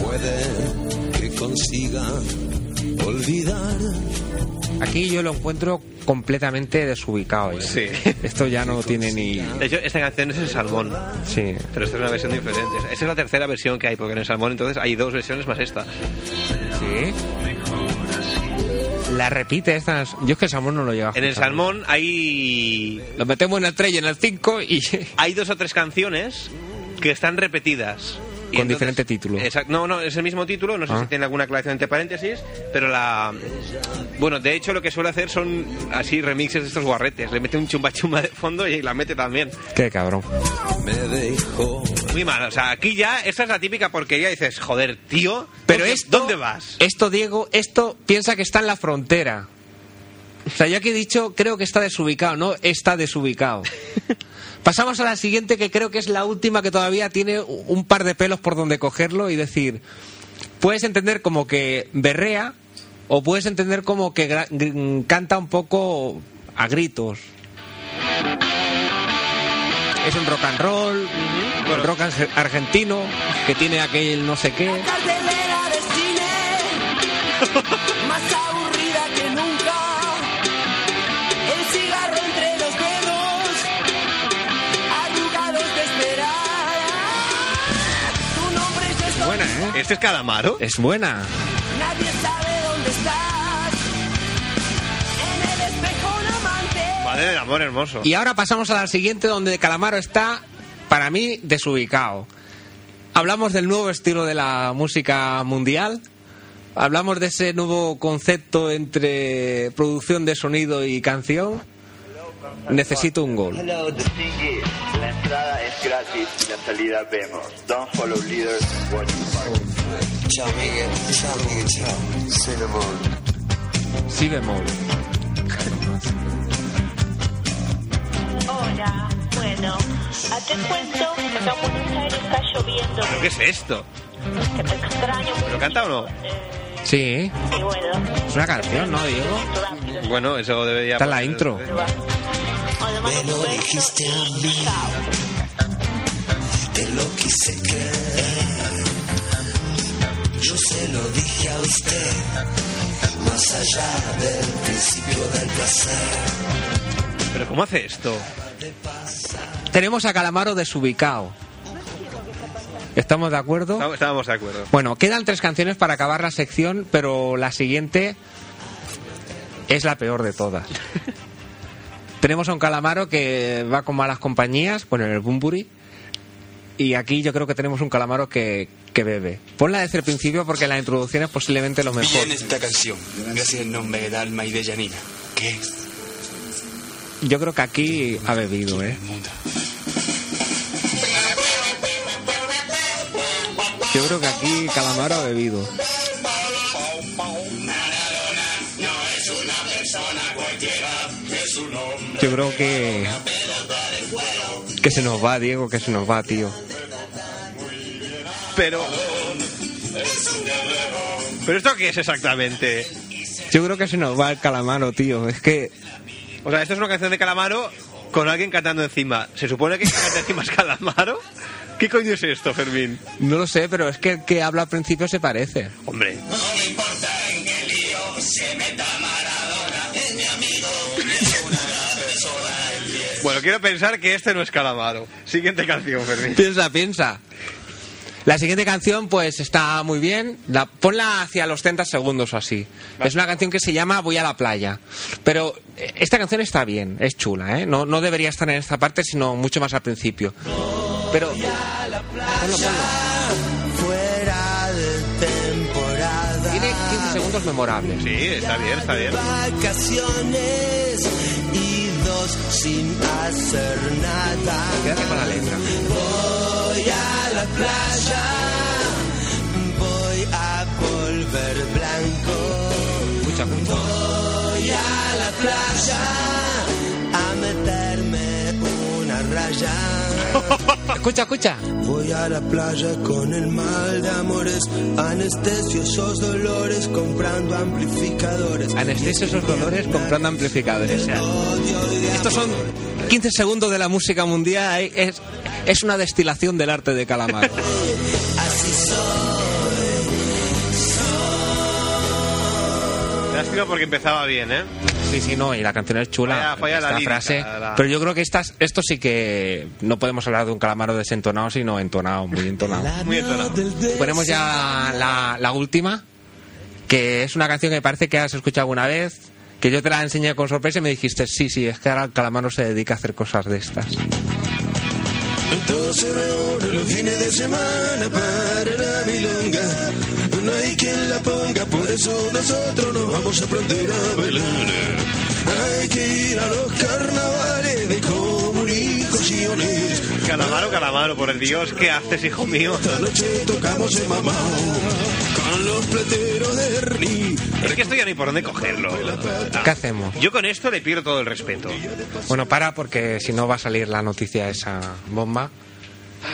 Puede que consiga olvidar. Aquí yo lo encuentro completamente desubicado. ya. Sí. Esto ya no tiene ni. De hecho, esta canción es el Salmón. Sí. Pero esta es una versión diferente. Esa es la tercera versión que hay, porque en el Salmón entonces hay dos versiones más esta. Sí. La repite estas. Yo es que el salmón no lo lleva. En el Salmón hay Lo metemos en el 3 y en el 5 y. hay dos o tres canciones que están repetidas Y con entonces- diferente título. Exacto. No, no, es el mismo título, no sé Ah. si tiene alguna aclaración entre paréntesis, pero la... Bueno, de hecho lo que suele hacer son así remixes de estos guarretes. Le mete un chumba chumba de fondo y la mete también. Qué cabrón. Muy mal, o sea, aquí ya, esta es la típica porquería, dices, joder, tío, Pero ¿dónde- esto- ¿dónde vas? Esto, Diego, esto piensa que está en la frontera. O sea, yo aquí he dicho, creo que está desubicado, no está desubicado. Pasamos a la siguiente, que creo que es la última que todavía tiene un par de pelos por donde cogerlo y decir, puedes entender como que berrea o puedes entender como que gra- gr- canta un poco a gritos. Es un rock and roll, un rock arge- argentino, que tiene aquel no sé qué. cartelera de cine más aburrida que nunca. El cigarro entre los dedos, arrugados de esperar. Tu nombre ya está, Buena, ¿eh? ¿Este es Calamaro? Es buena. nadie sabe dónde estás. En el espejo un amante. Madre del amor hermoso. Y ahora pasamos a la siguiente donde Calamaro está, para mí, desubicado. Hablamos del nuevo estilo de la música mundial. Hablamos de ese nuevo concepto entre producción de sonido y canción. Necesito un gol. Hello, the thing is, la entrada es gratis y la salida vemos. Don't follow leaders, watch Chao, Miguel. Chao, Miguel. Chao. Si bemol. Hola, bueno, ah, te cuento que en Buenos Aires está lloviendo, ¿Pero ¿Qué es esto? que te extraño ¿Lo canta o no? Sí, ¿eh? y bueno, es una canción, ¿no, Diego? rápido. Bueno, eso debería... Está la intro. Además, Me lo dijiste a mí. Te lo quise creer. Yo se lo dije a usted. Más allá del principio del placer. ¿Pero cómo hace esto? Tenemos a Calamaro desubicado. ¿Estamos de acuerdo? Estáb- Estábamos de acuerdo. Bueno, quedan tres canciones para acabar la sección, pero la siguiente es la peor de todas. Tenemos a un calamaro que va con malas compañías, bueno, en el Bumburi. Y aquí yo creo que tenemos un calamaro que, que bebe. Ponla desde el principio porque la introducción es posiblemente lo mejor. Bien esta canción, gracias al nombre del alma y de Janina, que es Yo creo que aquí ha bebido, ¿eh? mundo. Yo creo que aquí Calamaro ha bebido. Yo creo que. Que se nos va, Diego, que se nos va, tío. Pero... ¿Pero esto qué es exactamente? Yo creo que se nos va el Calamaro, tío. Es que. O sea, esto es una canción de Calamaro con alguien cantando encima. ¿Se supone que quien canta encima es Calamaro? ¿Qué coño es esto, Fermín? No lo sé, pero es que el que habla al principio se parece. Hombre. Bueno, quiero pensar que este no es Calamaro. Siguiente canción, Fermín. Piensa, piensa. La siguiente canción, pues está muy bien. La, ponla hacia los 30 segundos o así. Es una canción que se llama Voy a la playa. Pero eh, esta canción está bien, es chula, ¿eh? No, no debería estar en esta parte, sino mucho más al principio. Pero. Ponlo, ponlo. Fuera de temporada. Tiene 15 segundos memorables. Sí, está bien, está bien. Vacaciones y dos sin hacer nada. Quédate con la letra. Voy a la playa, voy a volver blanco. Escucha, escucha. Voy a la playa a meterme una raya. Escucha, escucha. Voy a la playa con el mal de amores, anestesiosos dolores, comprando amplificadores. Anestesia esos dolores comprando amplificadores. O sea, estos son 15 segundos de la música mundial. eh, Es, es una destilación del arte de Calamaro. Lástima porque empezaba bien, ¿eh? Sí, sí, no, y la canción es chula. Falla- falla esta la lírica, frase. la- Pero yo creo que estas, esto sí que no podemos hablar de un calamaro desentonado, sino entonado, muy entonado. Muy entonado. Ponemos ya la, la última, que es una canción que me parece que has escuchado alguna vez, que yo te la enseñé con sorpresa y me dijiste, sí, sí, es que ahora el calamaro se dedica a hacer cosas de estas. Todo se reúne los fines de semana para la milonga. No hay quien la ponga, por eso nosotros nos vamos a aprender a bailar. Hay que ir a los carnavales de comunicaciones. Calamaro, calamaro, por el Dios, ¿qué haces, hijo mío? Esta noche tocamos en mamá con los plateros de Ernie. Es que esto ya no hay por dónde cogerlo. ¿Qué hacemos? Yo con esto le pierdo todo el respeto. Bueno, para porque si no va a salir la noticia esa bomba.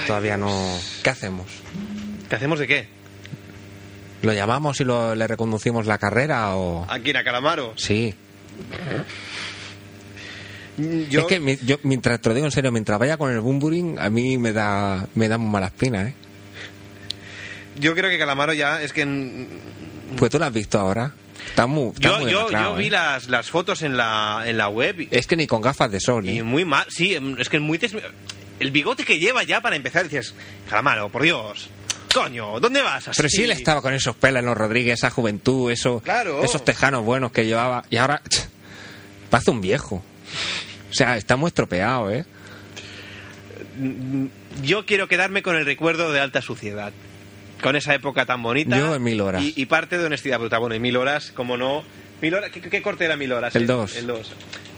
Todavía no. ¿Qué hacemos? ¿Qué hacemos de qué? ¿Lo llamamos y lo- le reconducimos la carrera o.? ¿A quién? ¿A Calamaro? Sí. Yo, Es que mi- yo, mientras te lo digo en serio, mientras vaya con el Bumburing, a mí me da, me da muy mala espina, ¿eh? yo creo que Calamaro ya es que... en- Pues tú lo has visto ahora. Está muy. está Yo, muy yo, demacrado, yo vi ¿eh? las, las fotos en la, en la web y, Es que ni con gafas de sol, y ¿eh? muy mal. Sí, em, es que muy... des- El bigote que lleva ya para empezar, dices, Calamaro, por Dios, coño, ¿dónde vas? así?". Pero sí él estaba con esos pelos, los Rodríguez, esa juventud, eso, Claro. esos tejanos buenos que llevaba. Y ahora, pasa un viejo. O sea, está muy estropeado, ¿eh? Mm, Yo quiero quedarme con el recuerdo de alta suciedad. Con esa época tan bonita. Yo en Mil Horas. Y, y parte de honestidad bruta. Bueno, y mil horas, como no. Mil horas, ¿qué, qué corte era mil horas? El dos. El 2.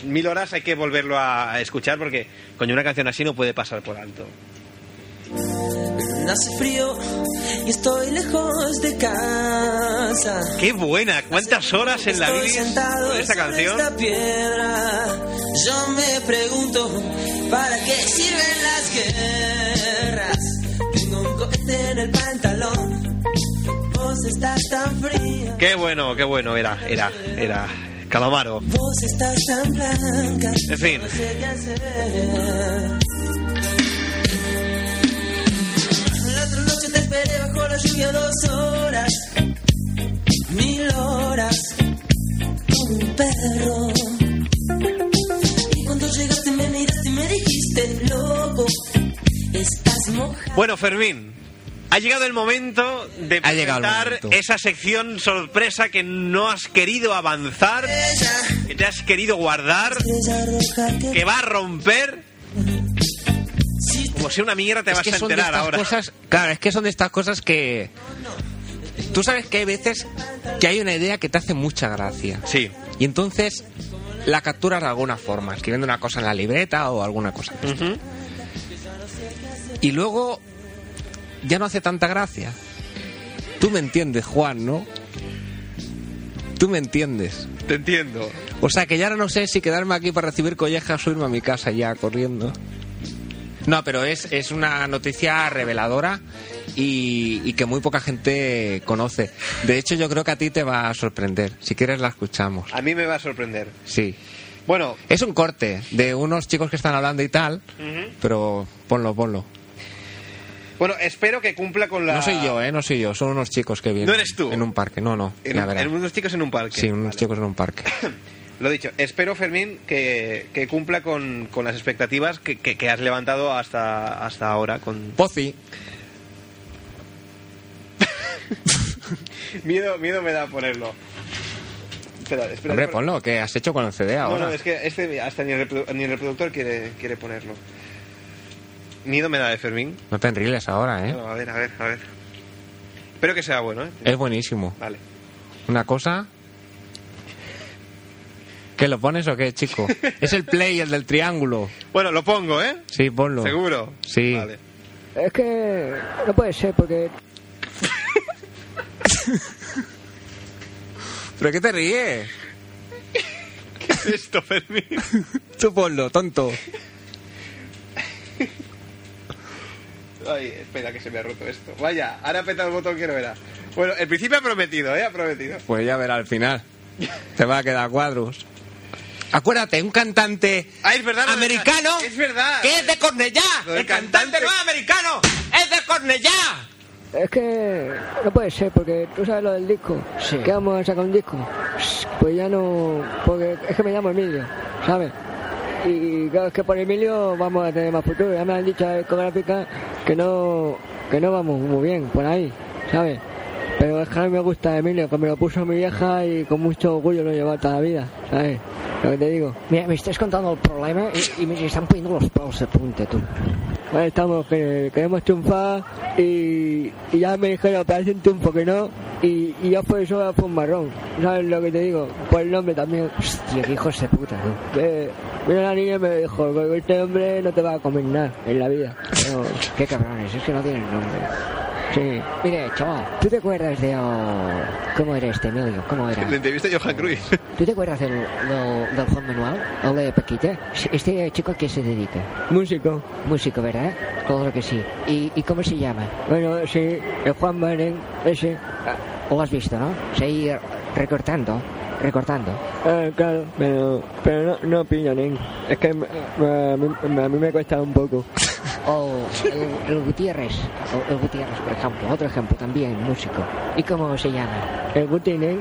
Mil horas hay que volverlo a escuchar porque, coño, una canción así no puede pasar por alto. Hace frío y estoy lejos de casa. ¡Qué buena! ¿Cuántas horas en la Estoy bilis sentado con esta sobre canción? esta piedra. Yo me pregunto para qué sirven las guerras. Tengo un cohete en el pantalón. Vos estás tan fría. ¡Qué bueno, qué bueno! Era, era, era. Calamaro. Vos estás tan blanca. En fin. No sé qué hacer. La otra noche te esperé bajo la lluvia dos horas, mil horas, como un perro. Y cuando llegaste me miraste y me dijiste, loco, estás mojado. Bueno, Fermín, ha llegado el momento de Ha llegado el presentar momento. esa sección sorpresa que no has querido avanzar, que te has querido guardar, Ella roja que que va a romper. Como si una mierda te vas a son de enterar estas ahora. cosas, claro, es que son de estas cosas que tú sabes que hay veces que hay una idea que te hace mucha gracia. Sí. Y entonces la capturas de alguna forma, escribiendo una cosa en la libreta o alguna cosa. de estas. Y luego ya no hace tanta gracia. Tú me entiendes, Juan, ¿no? Tú me entiendes. Te entiendo. O sea que ya ahora no sé si quedarme aquí para recibir collejas o irme a mi casa ya corriendo. No, pero es, es una noticia reveladora y, y que muy poca gente conoce. De hecho, yo creo que a ti te va a sorprender. Si quieres, la escuchamos. A mí me va a sorprender. Sí. Bueno, Es un corte de unos chicos que están hablando y tal, pero ponlo, ponlo. bueno, espero que cumpla con la. No soy yo, ¿eh? No soy yo. Son unos chicos que vienen. No eres tú. En un parque. No, no. En, ya verás. en unos chicos en un parque. Sí, unos Vale. chicos en un parque. Lo dicho, espero, Fermín, que, que cumpla con, con las expectativas que, que- que has levantado hasta, hasta ahora. Con Pozi. miedo, miedo me da ponerlo. Espera, espera. Hombre, ponlo. ¿Qué has hecho con el CD No, ahora? no, es que este hasta ni el, reprodu- ni el reproductor quiere, quiere ponerlo. Miedo me da de Fermín. No te enriles ahora, ¿eh? Bueno, a ver, a ver, a ver. Espero que sea bueno, ¿eh? Es buenísimo. Vale. Una cosa. ¿Qué lo pones o qué, chico? Es el play, el del triángulo. Bueno, lo pongo, ¿eh? Sí, ponlo. ¿Seguro? Sí. Vale. Es que no puede ser porque ¿Pero qué te ríes? ¿Qué es esto, Fermín? Tú ponlo, tonto. Ay, espera, que se me ha roto esto. Vaya, ahora he petado el botón que no era. Bueno, el principio ha prometido, ¿eh? Ha prometido. Pues ya verás al final. Te va a quedar cuadros. Acuérdate, un cantante Ah, es verdad. lo de- americano Es verdad. que es de Cornellá. Lo del El cantante cantante. no es americano, es de Cornellá. es que no puede ser porque tú sabes lo del disco. Sí. Que vamos a sacar un disco. Pues ya no porque es que me llamo Emilio, ¿sabes? Y claro es que por Emilio vamos a tener más futuro. Ya me han dicho la discográfica que no que no vamos muy bien por ahí, ¿sabes? Pero es que a mí me gusta Emilio, que me lo puso mi vieja y con mucho orgullo lo he llevado toda la vida, ¿sabes? Lo que te digo. Mira, me estás contando el problema y, y me están poniendo los palos de punta, tú. ahí estamos, que queremos triunfar y, y ya me dijeron, parece un triunfo que no, y, y yo por eso fue un marrón, ¿sabes lo que te digo? Por el nombre también, hostia, qué hijos de puta, ¿no? Eh, mira la niña y me dijo, "Con este hombre no te va a comer nada en la vida. Pero, qué cabrones, es que no tienen nombre. Sí. Mire, chaval, ¿tú te acuerdas de... oh, ¿Cómo era este medio? ¿Cómo era? La entrevista de Johan Cruyff. ¿Tú te acuerdas del, del, del Juan Manuel? ¿O de Paquita? ¿Este chico a qué se dedica? Músico. Músico, ¿verdad? Claro que sí. ¿Y, y cómo se llama? Bueno, sí, el Juan Manuel, ese. Lo has visto, ¿no? Se ha ido recortando, recortando. Eh, claro, pero, pero no, no pillo ni. Es que eh, a mí- a mí me cuesta un poco. O el, el Gutiérrez, o el Gutiérrez, por ejemplo. Otro ejemplo también, músico. ¿Y cómo se llama? El Gutiérrez.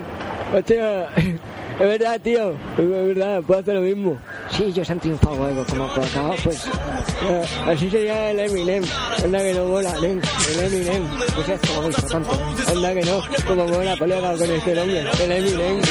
Hostia, es verdad, tío. Es verdad, puedo hacer lo mismo. Sí, ellos han triunfado algo como colocado, pues. Eh, así sería el Eminem. Anda que no mola, nen. El Eminem. Pues es como muy tanto. Anda que no. Como mola, colega, con este nombre. El Eminem.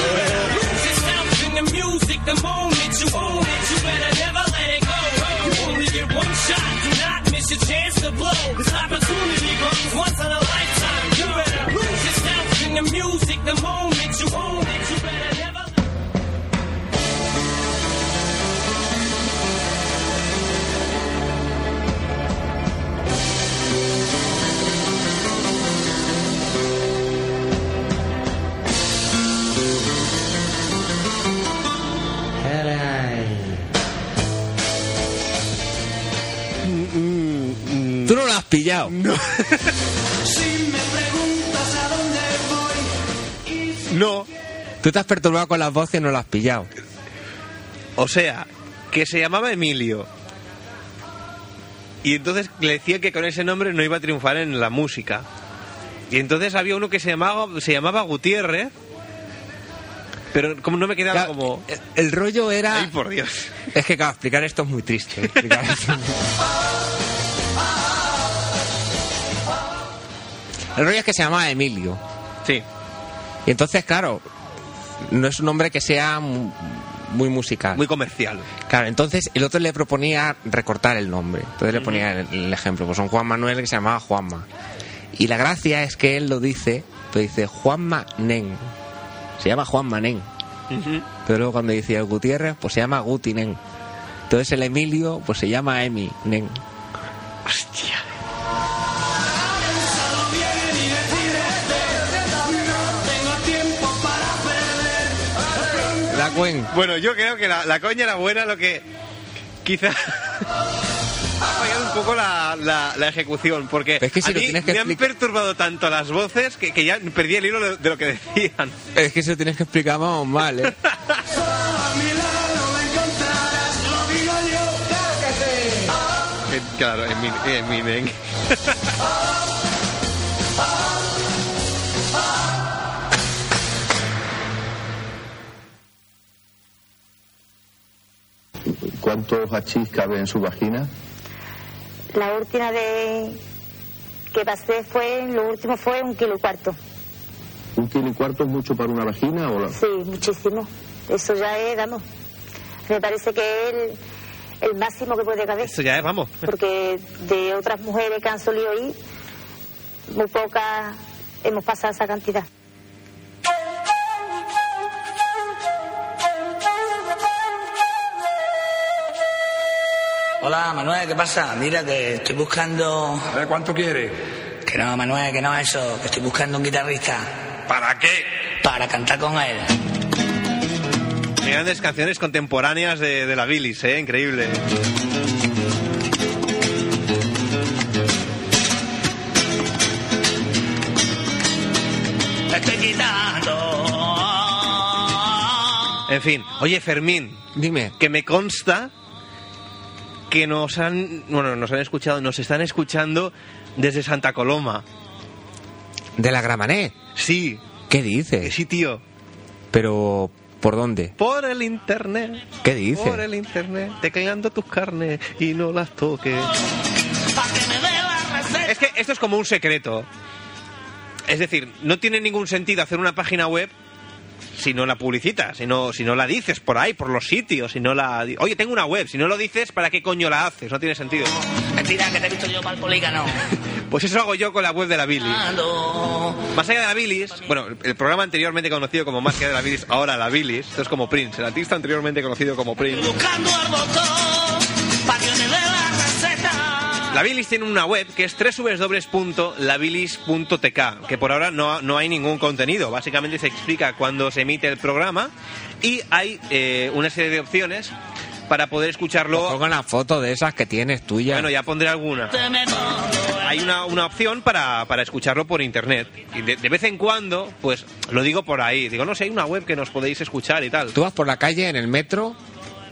Tú no lo has pillado. No. Tú te has perturbado con las voces y no lo has pillado. O sea, que se llamaba Emilio. Y entonces le decía que con ese nombre no iba a triunfar en la música. Y entonces había uno que se llamaba, se llamaba Gutiérrez. Pero como no me quedaba como... El rollo era... Ay, por Dios. Es que, claro, explicar esto es muy triste. explicar esto es muy- El rollo es que se llamaba Emilio. Sí. Y entonces, claro, no es un nombre que sea mu- muy musical. Muy comercial. Claro, entonces el otro le proponía recortar el nombre. Entonces le ponía el, el ejemplo, pues un Juan Manuel que se llamaba Juanma. Y la gracia es que él lo dice, lo dice Juanma Nen. Se llama Juanma Nen. Pero luego cuando dice el Gutiérrez, pues se llama Guti Nen. Entonces el Emilio, pues se llama Emi Nen. Hostia. La cuen. Bueno, yo creo que la, la coña era buena, lo que quizá... Ha fallado un poco la, la- la ejecución, porque Pero es que si a lo mí tienes que me han perturbado tanto las voces que, que ya perdí el hilo de- de lo que decían. Es que se lo tienes que explicar más mal, ¿eh? Eh, Claro, en mi, en mi nen. ¿Cuántos hachís cabe en su vagina? La última de que pasé fue, lo último fue un kilo y cuarto. ¿Un kilo y cuarto es mucho para una vagina o la- Sí, muchísimo. Eso ya es, vamos. Me parece que es el, el máximo que puede caber. Eso ya es, vamos. Porque de otras mujeres que han solido ir, muy pocas hemos pasado esa cantidad. Hola, Manuel, ¿qué pasa? Mira que estoy buscando... ¿Cuánto quiere? Que no, Manuel, que no eso, que estoy buscando un guitarrista. ¿Para qué? Para cantar con él. Qué Grandes canciones contemporáneas de, de la bilis, ¿eh? Increíble. Estoy quitando. En fin. Oye, Fermín. Dime. Que me consta que nos han... Bueno, nos han escuchado, nos están escuchando desde Santa Coloma. ¿De la Gramané? Sí. eh, ¿Qué dices? Sí, tío. Pero, ¿por dónde? Por el internet. ¿Qué dices? Por el internet. Tecleando tus carnes y no las toques. Es que esto es como un secreto. Es decir, no tiene ningún sentido hacer una página web si no la publicitas, si no, si no la dices por ahí, por los sitios, si no la... di- Oye, tengo una web, si no lo dices, ¿para qué coño la haces? No tiene sentido. Mentira, que te he visto yo para el polígono. Pues eso hago yo con la web de la Bilis. Más allá de la Bilis, bueno, el programa anteriormente conocido como Más allá de la Bilis, ahora la Bilis, esto es como Prince, el artista anteriormente conocido como Prince. Buscando al botón, para que me dé la receta. La Bilis tiene una web que es www.labilis.tk, que por ahora no, no hay ningún contenido. Básicamente se explica cuándo se emite el programa y hay eh, una serie de opciones para poder escucharlo. Pongo una foto de esas que tienes tuya. Bueno, ya pondré alguna. Hay una, una opción para, para escucharlo por internet. Y de, de vez en cuando, pues lo digo por ahí. Digo, no sé, hay una web que nos podéis escuchar y tal. Tú vas por la calle, en el metro,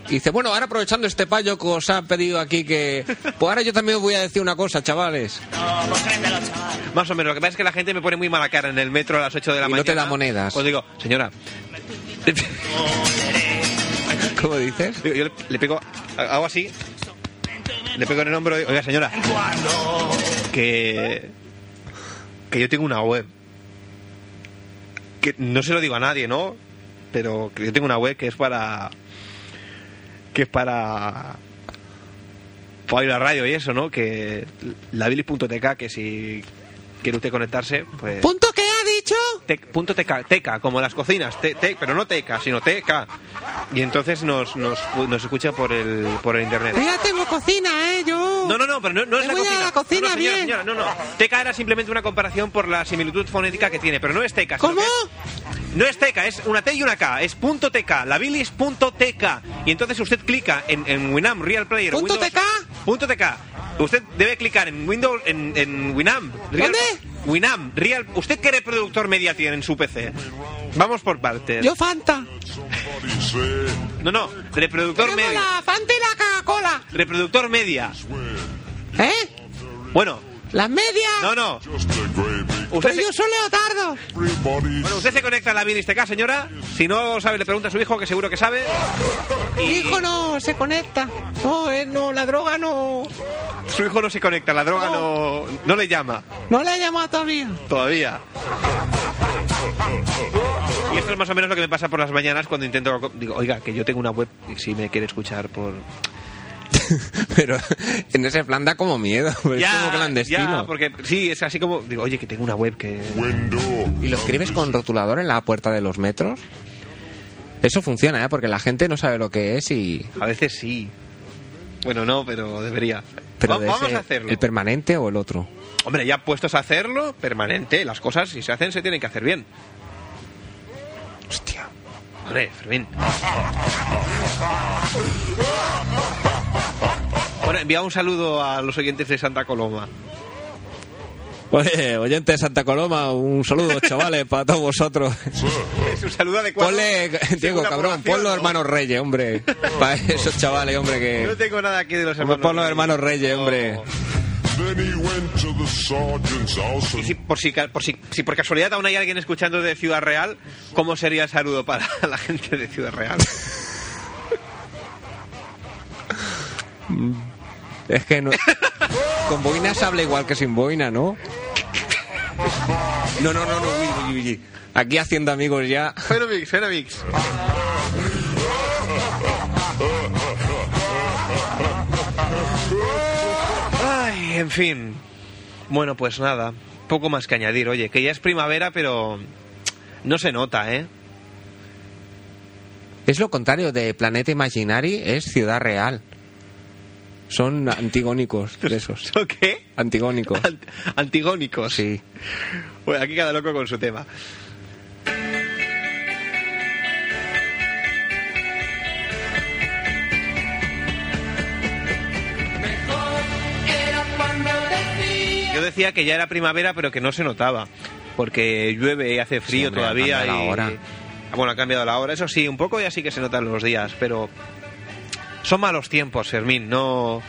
y dices, bueno, ahora aprovechando este payo que os ha pedido aquí que... Pues ahora yo también os voy a decir una cosa, chavales. Más o menos. Lo que pasa es que la gente me pone muy mala cara en el metro a las 8 de la Y no mañana. te da monedas. Pues digo, señora. ¿Cómo dices? Yo, yo le, le pego, hago así, le pego en el hombro y oiga, señora, que, que yo tengo una web. Que no se lo digo a nadie, ¿no? Pero que yo tengo una web que es para. que es para. para oír la radio y eso, ¿no? Que labilis.tk, que si quiere usted conectarse, pues. ¿Punto qué ha dicho? Tec- punto teca, teca, como las cocinas, te- te- pero no teca, sino teca. Y entonces nos, nos, nos escucha por el, por el internet. tengo cocina, ¿eh? Yo... No, no, no, pero no, no es la Me voy cocina. a la cocina, no, no, señora, bien. señora, no, no. Teca era simplemente una comparación por la similitud fonética que tiene, pero no es teca. sino ¿Cómo? que es- no es teca, es una T y una K, es punto .tk, la bilis punto .tk. Y entonces usted clica en, en Winamp Real Player. ¿Punto Windows- TK? Punto .tk. Usted debe clicar en Windows, en, en Winamp. ¿Dónde? Winamp, Real... ¿Usted qué reproductor media tiene en su PC? Vamos por partes. Yo Fanta. No, no, reproductor Tenemos media. la Fanta y la Coca-Cola. Reproductor media. ¿Eh? Bueno, Las medias. no, no. Usted Pero se, yo soy Leotardo. bueno, usted se conecta a la bilis.tk, señora. Si no sabe, le pregunta a su hijo, que seguro que sabe. Mi hijo no se conecta. No, eh, no, la droga no... Su hijo no se conecta, la droga no, no le llama No la he llamado todavía. todavía. Y esto es más o menos lo que me pasa por las mañanas cuando intento... Digo, oiga, que yo tengo una web, si me quiere escuchar por... Pero en ese plan da como miedo. Es como ya, clandestino. porque sí, es así como... Digo, oye, que tengo una web que... ¿Y lo escribes con rotulador en la puerta de los metros? Eso funciona, ¿eh? Porque la gente no sabe lo que es y... A veces sí. Bueno, no, pero debería. Pero Va- de vamos ese, a hacerlo. ¿El permanente o el otro? Hombre, ya puestos a hacerlo, permanente. Las cosas, si se hacen, se tienen que hacer bien. Hostia. Hombre, Fermín. Bueno, envía un saludo a los oyentes de Santa Coloma. Oye, Pues, eh, oyente de Santa Coloma, un saludo, chavales, para todos vosotros. Es un saludo adecuado. Ponle, Diego, Segunda cabrón, población, ponlo ¿no? hermanos Reyes, hombre. Para esos chavales, hombre, No que... tengo nada aquí de los hermanos. Ponlo hermanos Reyes, hombre. Y si, por si, ca- por si, si por casualidad aún hay alguien escuchando de Ciudad Real, ¿cómo sería el saludo para la gente de Ciudad Real? Es que no... Con boina se habla igual que sin boina, ¿no? No, no, no, no, uy, uy, uy. Aquí haciendo amigos ya... Fenomix, Fenomix. Ay, en fin. Bueno, pues nada. Poco más que añadir. Oye, que ya es primavera, pero no se nota, ¿eh? Es lo contrario de Planeta Imaginary, es Ciudad Real. Son antigónicos de esos. ¿Son qué? Antigónicos. Ant- antigónicos. Sí. Bueno, aquí cada loco con su tema. Era cuando decía Yo decía que ya era primavera, pero que no se notaba. Porque llueve y hace frío Sí, hombre, ha todavía. cambiado y... Ah, la hora. Bueno, ha cambiado la hora. Eso sí, un poco ya sí que se notan los días, pero. Son malos tiempos, Fermín. No.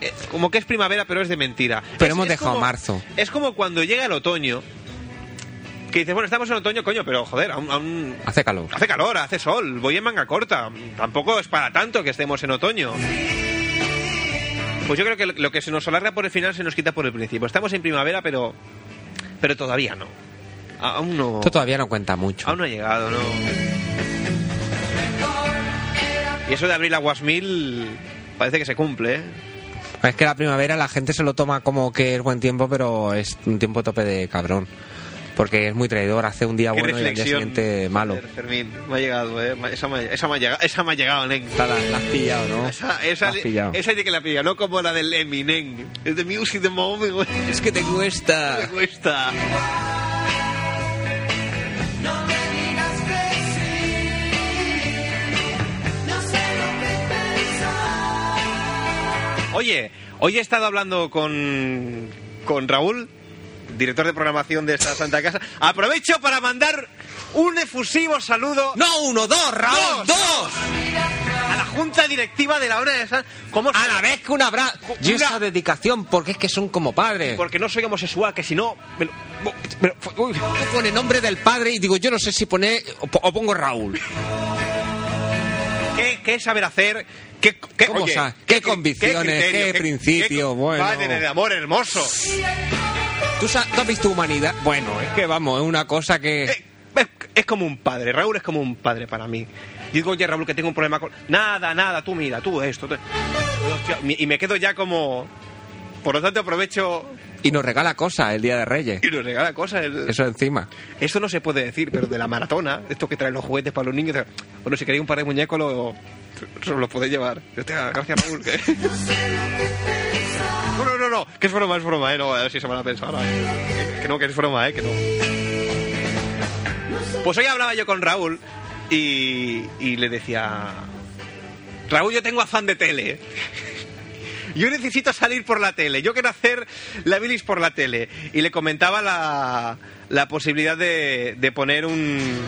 Eh, Como que es primavera, pero es de mentira. Pero Es- hemos es dejado como- marzo. Es como cuando llega el otoño. Que dices, bueno, estamos en otoño, coño, pero joder, aún- aún Hace calor. Hace calor, hace sol, voy en manga corta. Tampoco es para tanto que estemos en otoño. Pues yo creo que lo que se nos alarga por el final se nos quita por el principio. Estamos en primavera, pero pero todavía no. Aún no. Esto todavía no cuenta mucho. Aún no ha llegado, ¿no? Y eso de abrir la Guasmil parece que se cumple, ¿eh? Es que la primavera la gente se lo toma como que es buen tiempo, pero es un tiempo tope de cabrón. Porque es muy traidor, hace un día Qué bueno y al día reflexión, siguiente malo. Joder, Fermín, me ha llegado, ¿eh? Ma- Esa me, esa me ha llegado, esa me ha llegado, Nen. Esa la, has pillado, ¿no? Esa, esa, La has pillado. esa hay que la pilla, no como la del Eminem. Es de Music the Moment, güey. Es que te cuesta. Te cuesta. No me digas que sí, no sé lo que pensar. Oye, hoy he estado hablando con, con Raúl, director de programación de esta Santa Casa. Aprovecho para mandar un efusivo saludo. ¡No uno, dos, Raúl, dos! A la junta directiva de la hora de San. ¿Cómo A la vez que un abrazo. Y Una- esa dedicación, porque es que son como padres. Porque no soy homosexual, que si no. me lo- me lo- uy. Pone nombre del padre y digo, yo no sé si pone o, po- o pongo Raúl. ¿Qué, qué saber hacer? ¿Qué, qué, ¿Cómo oye, sa- qué qué convicciones, criterio, qué principio, qué- bueno. Padre del amor hermoso. ¿Tú, sa- tú has visto humanidad? Bueno, es que vamos, es una cosa que. Eh, Es, es como un padre, Raúl es como un padre para mí. Y digo, oye, Raúl, que tengo un problema con. Nada, nada, tú mira, tú esto. tú- Hostia, mi- y me quedo ya como. Por lo tanto, aprovecho Y nos regala cosas el Día de Reyes. y nos regala cosas. El- Eso encima. Eso no se puede decir, pero de la maratona, esto que traen los juguetes para los niños, bueno, si queréis un par de muñecos, lo, lo, lo podéis llevar. Hostia, gracias, Raúl. que- No, no, no, no, que es broma, es broma, eh, no, a ver si se van a pensar. eh, Que no, que es broma, eh, que no. Pues hoy hablaba yo con Raúl y, y le decía, Raúl, yo tengo afán de tele. eh". Yo necesito salir por la tele. Yo quiero hacer la bilis por la tele. Y le comentaba la, la posibilidad de, de poner un-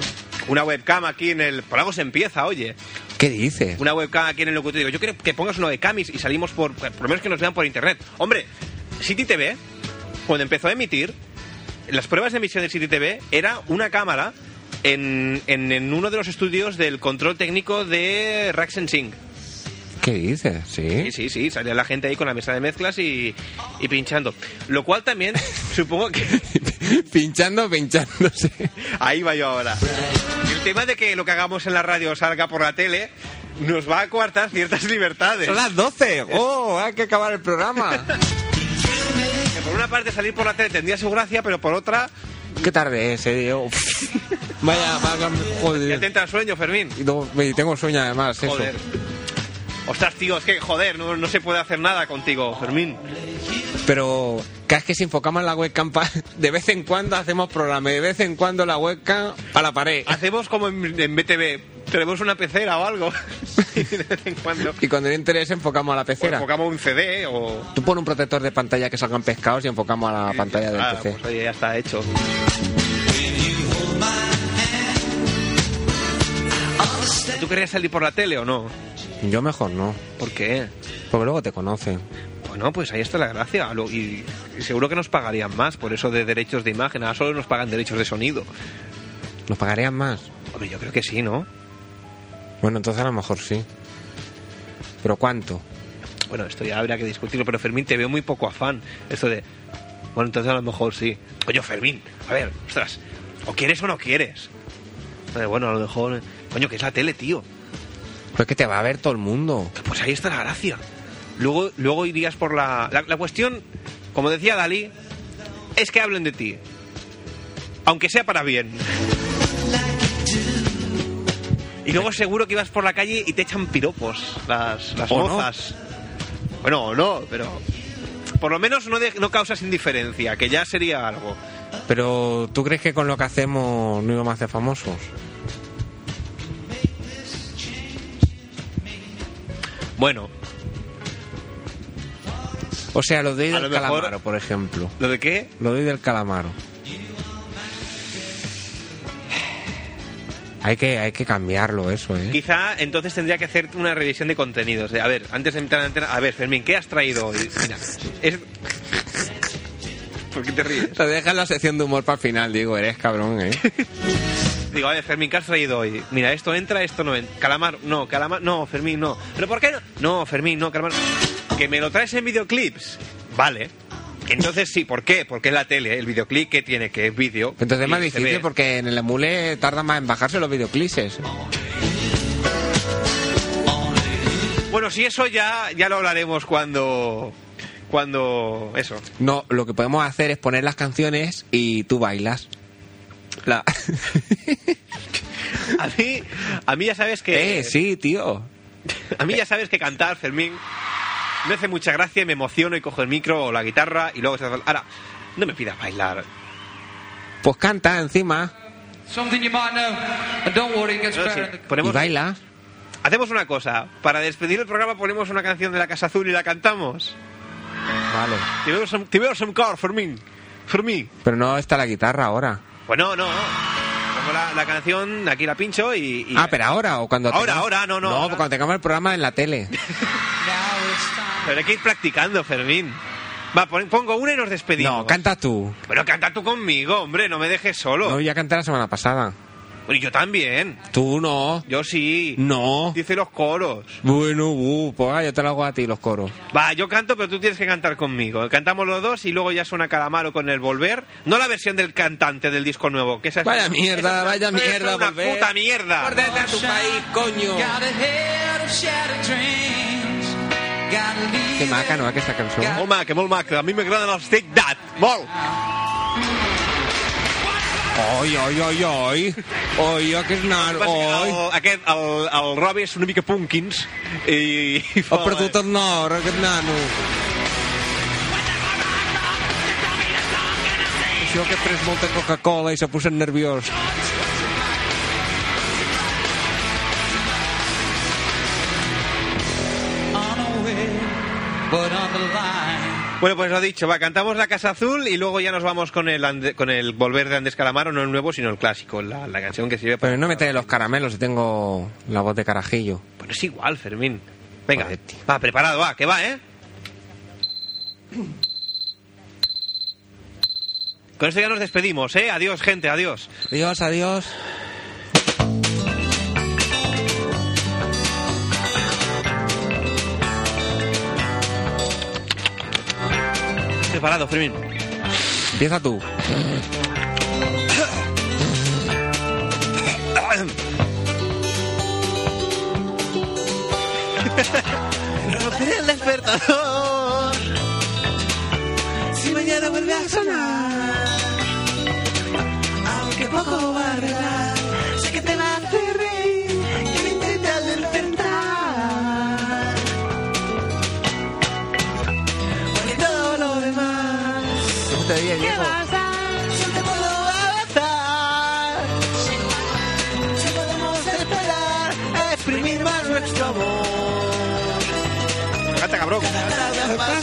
una webcam aquí en el. Por algo se empieza, oye. ¿Qué dices? Una webcam aquí en el locutorio. Digo, yo quiero que pongas una webcam y, y salimos por. Por lo menos que nos vean por internet. Hombre, City TV, cuando empezó a emitir, las pruebas de emisión de City TV era una cámara en, en- en uno de los estudios del control técnico de Raxen Sync. ¿Qué dices? Sí. Sí, sí, sí, salía la gente ahí con la mesa de mezclas y, y pinchando. Lo cual también supongo que... Pinchando, pinchándose. Ahí va yo ahora. El tema de que lo que hagamos en la radio salga por la tele nos va a coartar ciertas libertades. Son las 12. ¡Oh! Hay que acabar el programa. Que por una parte salir por la tele tendría su gracia, pero por otra Qué tarde es, eh, Diego. Vaya, ya vaya, te joder. entra el sueño, Fermín. Y no- y tengo sueño además, eso. Joder. Ostras, tío, es que joder, no, no se puede hacer nada contigo, Fermín. Pero cada vez que se enfocamos en la webcam, pa- de vez en cuando hacemos programa, y de vez en cuando la webcam a la pared. Hacemos como en, en BTV, tenemos una pecera o algo. y de vez en cuando. Y cuando hay interés enfocamos a la O pecera. enfocamos un CD o... Tú pon un protector de pantalla que salgan pescados y enfocamos a la pantalla del Ah, PC. pues oye, ya está hecho. ¿Tú querías salir por la tele o no? Yo mejor no, ¿Por qué? porque luego te conocen. Bueno, pues ahí está la gracia. Lo- Y, y seguro que nos pagarían más por eso de derechos de imagen. Ahora solo nos pagan derechos de sonido. ¿Nos pagarían más? Hombre, yo creo que sí, ¿no? Bueno, entonces a lo mejor sí. ¿Pero cuánto? Bueno, esto ya habría que discutirlo, pero Fermín, te veo muy poco afán. Eso de. Bueno, entonces a lo mejor sí. Coño, Fermín, a ver, ostras, o quieres o no quieres. Pero Bueno, a lo mejor. Coño, que es la tele, tío. Pues que te va a ver todo el mundo. Pues ahí está la gracia. Luego, luego irías por la, la... la cuestión, como decía Dalí, es que hablen de ti. Aunque sea para bien. Y luego seguro que ibas por la calle y te echan piropos las, las ¿O no? mozas. Bueno, o no, pero... Por lo menos no, de- no causas indiferencia, que ya sería algo. Pero ¿tú crees que con lo que hacemos no íbamos a hacer famosos? Bueno, O sea, lo de A del lo mejor- calamaro, por ejemplo. ¿lo de qué? Lo doy del calamaro. Hay que, hay que cambiarlo eso, ¿eh? Quizá entonces tendría que hacer una revisión de contenidos. De, a ver, antes de entrar en antena, a ver, Fermín, ¿qué has traído hoy? Mira, es... ¿Por qué te ríes? Te dejas la sección de humor para el final, digo, eres cabrón, ¿eh? Digo, a ver, Fermín, ¿qué has traído hoy? Mira, esto entra, esto no entra. Calamar, no, calamar, no, Fermín, no. ¿Pero por qué no? No, Fermín, no, calamar. ¿Que me lo traes en videoclips? Vale. Entonces sí, ¿por qué? Porque es la tele, el videoclip que tiene, que es vídeo. Entonces es y más se difícil ve. porque en el emule tarda más en bajarse los videoclips. Bueno, si eso ya, ya lo hablaremos cuando... Cuando... Eso. No, lo que podemos hacer es poner las canciones y tú bailas. La... A mí, a mí ya sabes que... Eh, sí, tío. A mí ya sabes que cantar, Fermín, me hace mucha gracia y me emociono y cojo el micro o la guitarra y luego... se hace- Ahora, no me pidas bailar. Pues canta encima Something you might know, and don't worry, it gets better. in the- y baila. Hacemos una cosa. Para despedir el programa ponemos una canción de La Casa Azul y la cantamos. Vale. Te veo some, te veo some car, Fermín. Fermín. Pero no está la guitarra ahora. Pues no, no, no. Pongo la, la canción, aquí la pincho y... y- Ah, pero ahora o cuando Ahora, tengamos- ahora, no, no, No, ahora. cuando tengamos el programa en la tele. Pero hay que ir practicando, Fermín. Va, pon- pongo una y nos despedimos. No, canta tú. Pero canta tú conmigo, hombre, no me dejes solo. No, ya canté la semana pasada. Y yo también. Tú no. Yo sí. No. Dice los coros. Bueno, uh, pues ah, yo te lo hago a ti los coros. Va, yo canto, pero tú tienes que cantar conmigo. Cantamos los dos y luego ya suena Calamaro con el Volver. No la versión del cantante del disco nuevo, que esa es- Vaya mierda, esa es vaya una- mierda, esa es una Volver. puta mierda. Guárdate a tu país, coño. Got a head of shattered dreams. Gotta leave. Qué maca, ¿no? Aquesta cançó. Molt maca, molt maca. A mi m'agraden els Take That. Molt. Oi, oi, oi, oi. Oi, oi, que és nano, oi. El, aquest, el, el Robbie és una mica punkins i... i fa He perdut el nord, aquest nano. Això que he pres molta Coca-Cola i s'ha posat nerviós. On a way, but on the line. Bueno, pues lo dicho, va, cantamos La Casa Azul y luego ya nos vamos con el, Ande- con el Volver de Andrés Calamaro, no el nuevo, sino el clásico, la, la canción que sirve para... Pero no me trae los caramelos si tengo la voz de carajillo. Bueno, es igual, Fermín. Venga, va, preparado, va, que va, ¿eh? Con esto ya nos despedimos, ¿eh? Adiós, gente, adiós. Adiós, adiós. Preparado, Fermín. Empieza tú. Romper el despertador. Si mañana vuelve a sonar, aunque poco va a arreglar, sé que te va a hacer reír y lo intentas despertar. Porque todo lo demás, ¿qué vas a? No te puedo avanzar. Si podemos esperar a exprimir más nuestro amor. Canta, cabrón. Cada pasear.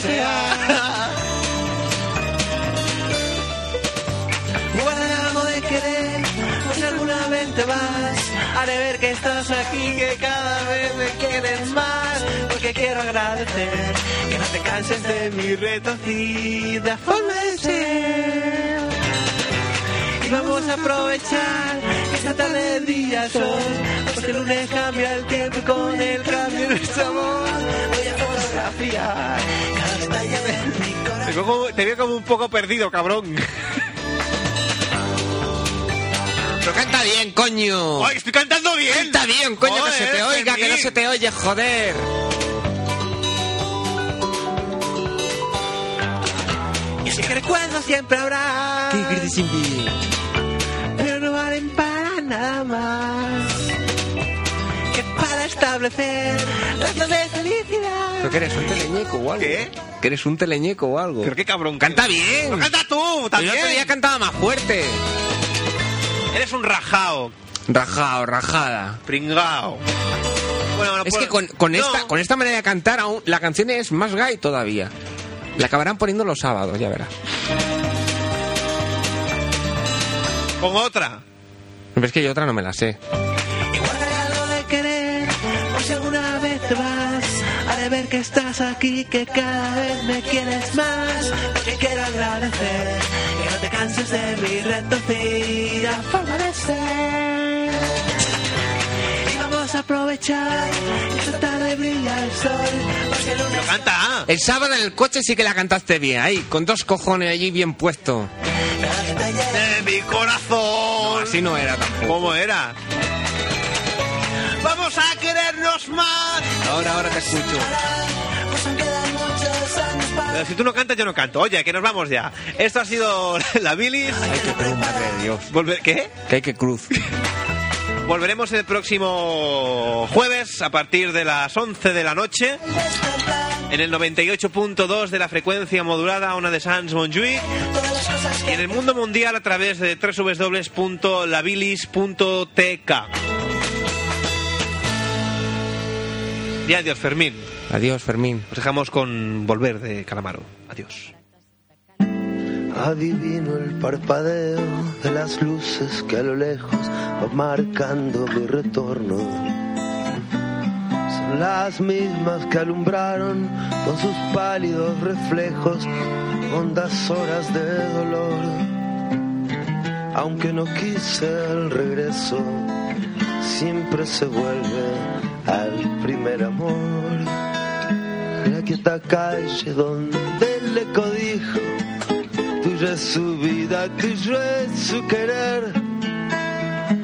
Guarda algo de querer, pues alguna vez te vas. Haré ver que estás aquí, que cada vez me quieres más. Porque quiero agradecer que no te canses de mi retorcida forma de ser. Y vamos a aprovechar que esta tarde el día sol. Pues el lunes cambia el tiempo y con el cambio nuestro amor. Voy a fotografiar cada detalle de mi Te veo, como, te veo como un poco perdido, cabrón. Pero canta bien, coño. ¡Ay, estoy cantando bien! Canta bien, coño, que Joder, se te oiga, que no Fermín. se te oye, joder. Y sé que recuerdos siempre habrá, pero no valen para nada más que para establecer lazos de felicidad. ¿Pero que eres un teleñeco o algo? ¿Qué? ¿Que eres un teleñeco o algo? Pero qué cabrón. ¡Canta que eres. bien! Pero canta tú, Pero también. Yo todavía cantaba más fuerte. Eres un rajao, Rajao, rajada. pringao. Bueno, no Es puedo- que con, con No, esta, con esta manera de cantar, aún, la canción es más gay todavía. La acabarán poniendo los sábados, ya verás. con otra. Pero es que yo otra no me la sé. Guardaré algo de querer, por si alguna vez te vas. Haré ver que estás aquí, que cada vez me quieres más. Porque quiero agradecer que no te canses de mi retorcida forma de ser. Y vamos vamos a aprovechar. Esta tarde brilla el sol. Porque el lunes canta. El sábado en el coche sí que la cantaste bien, ahí, con dos cojones allí bien puesto. ¡De mi corazón! Así no era tampoco. ¿Cómo era? ¡Vamos a querernos más! Ahora, ahora te escucho. pues aún quedan muchos años para Pero si tú no cantas, yo no canto. Oye, que nos vamos ya. Esto ha sido la bilis. Ay, qué cruz, madre de Dios. Volver- ¿Qué? Que hay que cruz. Volveremos el próximo jueves a partir de las 11 de la noche en el 98.2 de la frecuencia modulada Ona de Sans Montjuic y en el mundo mundial a través de www.labilis.tk. Y adiós, Fermín. Adiós, Fermín. Os dejamos con Volver de Calamaro. Adiós. Adivino el parpadeo de las luces que a lo lejos va marcando mi retorno. Son las mismas que alumbraron con sus pálidos reflejos hondas horas de dolor. Aunque no quise el regreso, siempre se vuelve al primer amor. La quieta calle donde el eco dijo tuya es su vida, tuyo es su querer.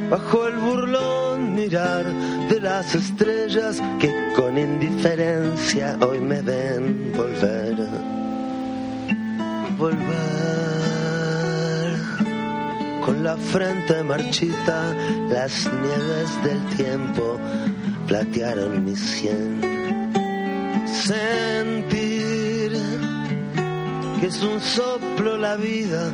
Bajo el burlón mirar de las estrellas que con indiferencia hoy me ven volver. Volver con la frente marchita, las nieves del tiempo platearon mi sien. Sentir que es un soplo la vida,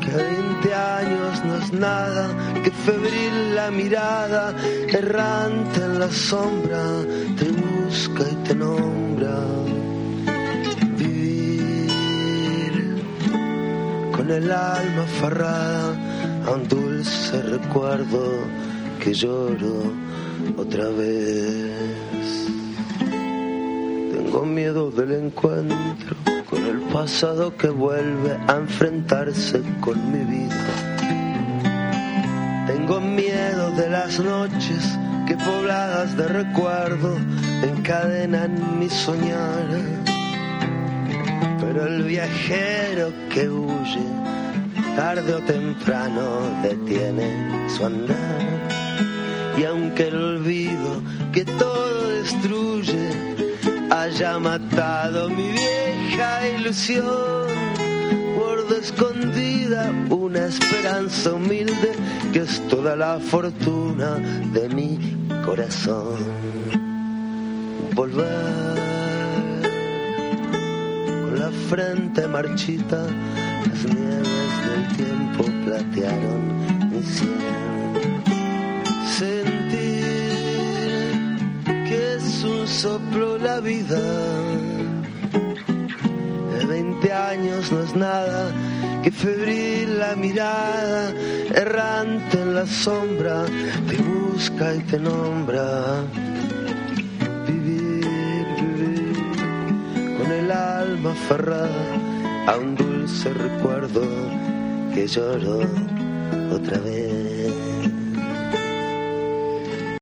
que a 20 años no es nada, que febril la mirada, errante en la sombra, te busca y te nombra. Vivir con el alma aferrada a un dulce recuerdo que lloro otra vez. Tengo miedo del encuentro con el pasado que vuelve a enfrentarse con mi vida. Tengo miedo de las noches que pobladas de recuerdo encadenan mi soñar. Pero el viajero que huye, tarde o temprano detiene su andar. Y aunque el olvido que todo destruye haya matado mi vieja ilusión, guardo escondida una esperanza humilde que es toda la fortuna de mi corazón. Volver con la frente marchita, las nieves del tiempo platearon mi cielo sentir que es un soplo la vida. De 20 años no es nada que febril la mirada, errante en la sombra, te busca y te nombra. Vivir, vivir con el alma aferrada a un dulce recuerdo que lloro otra vez.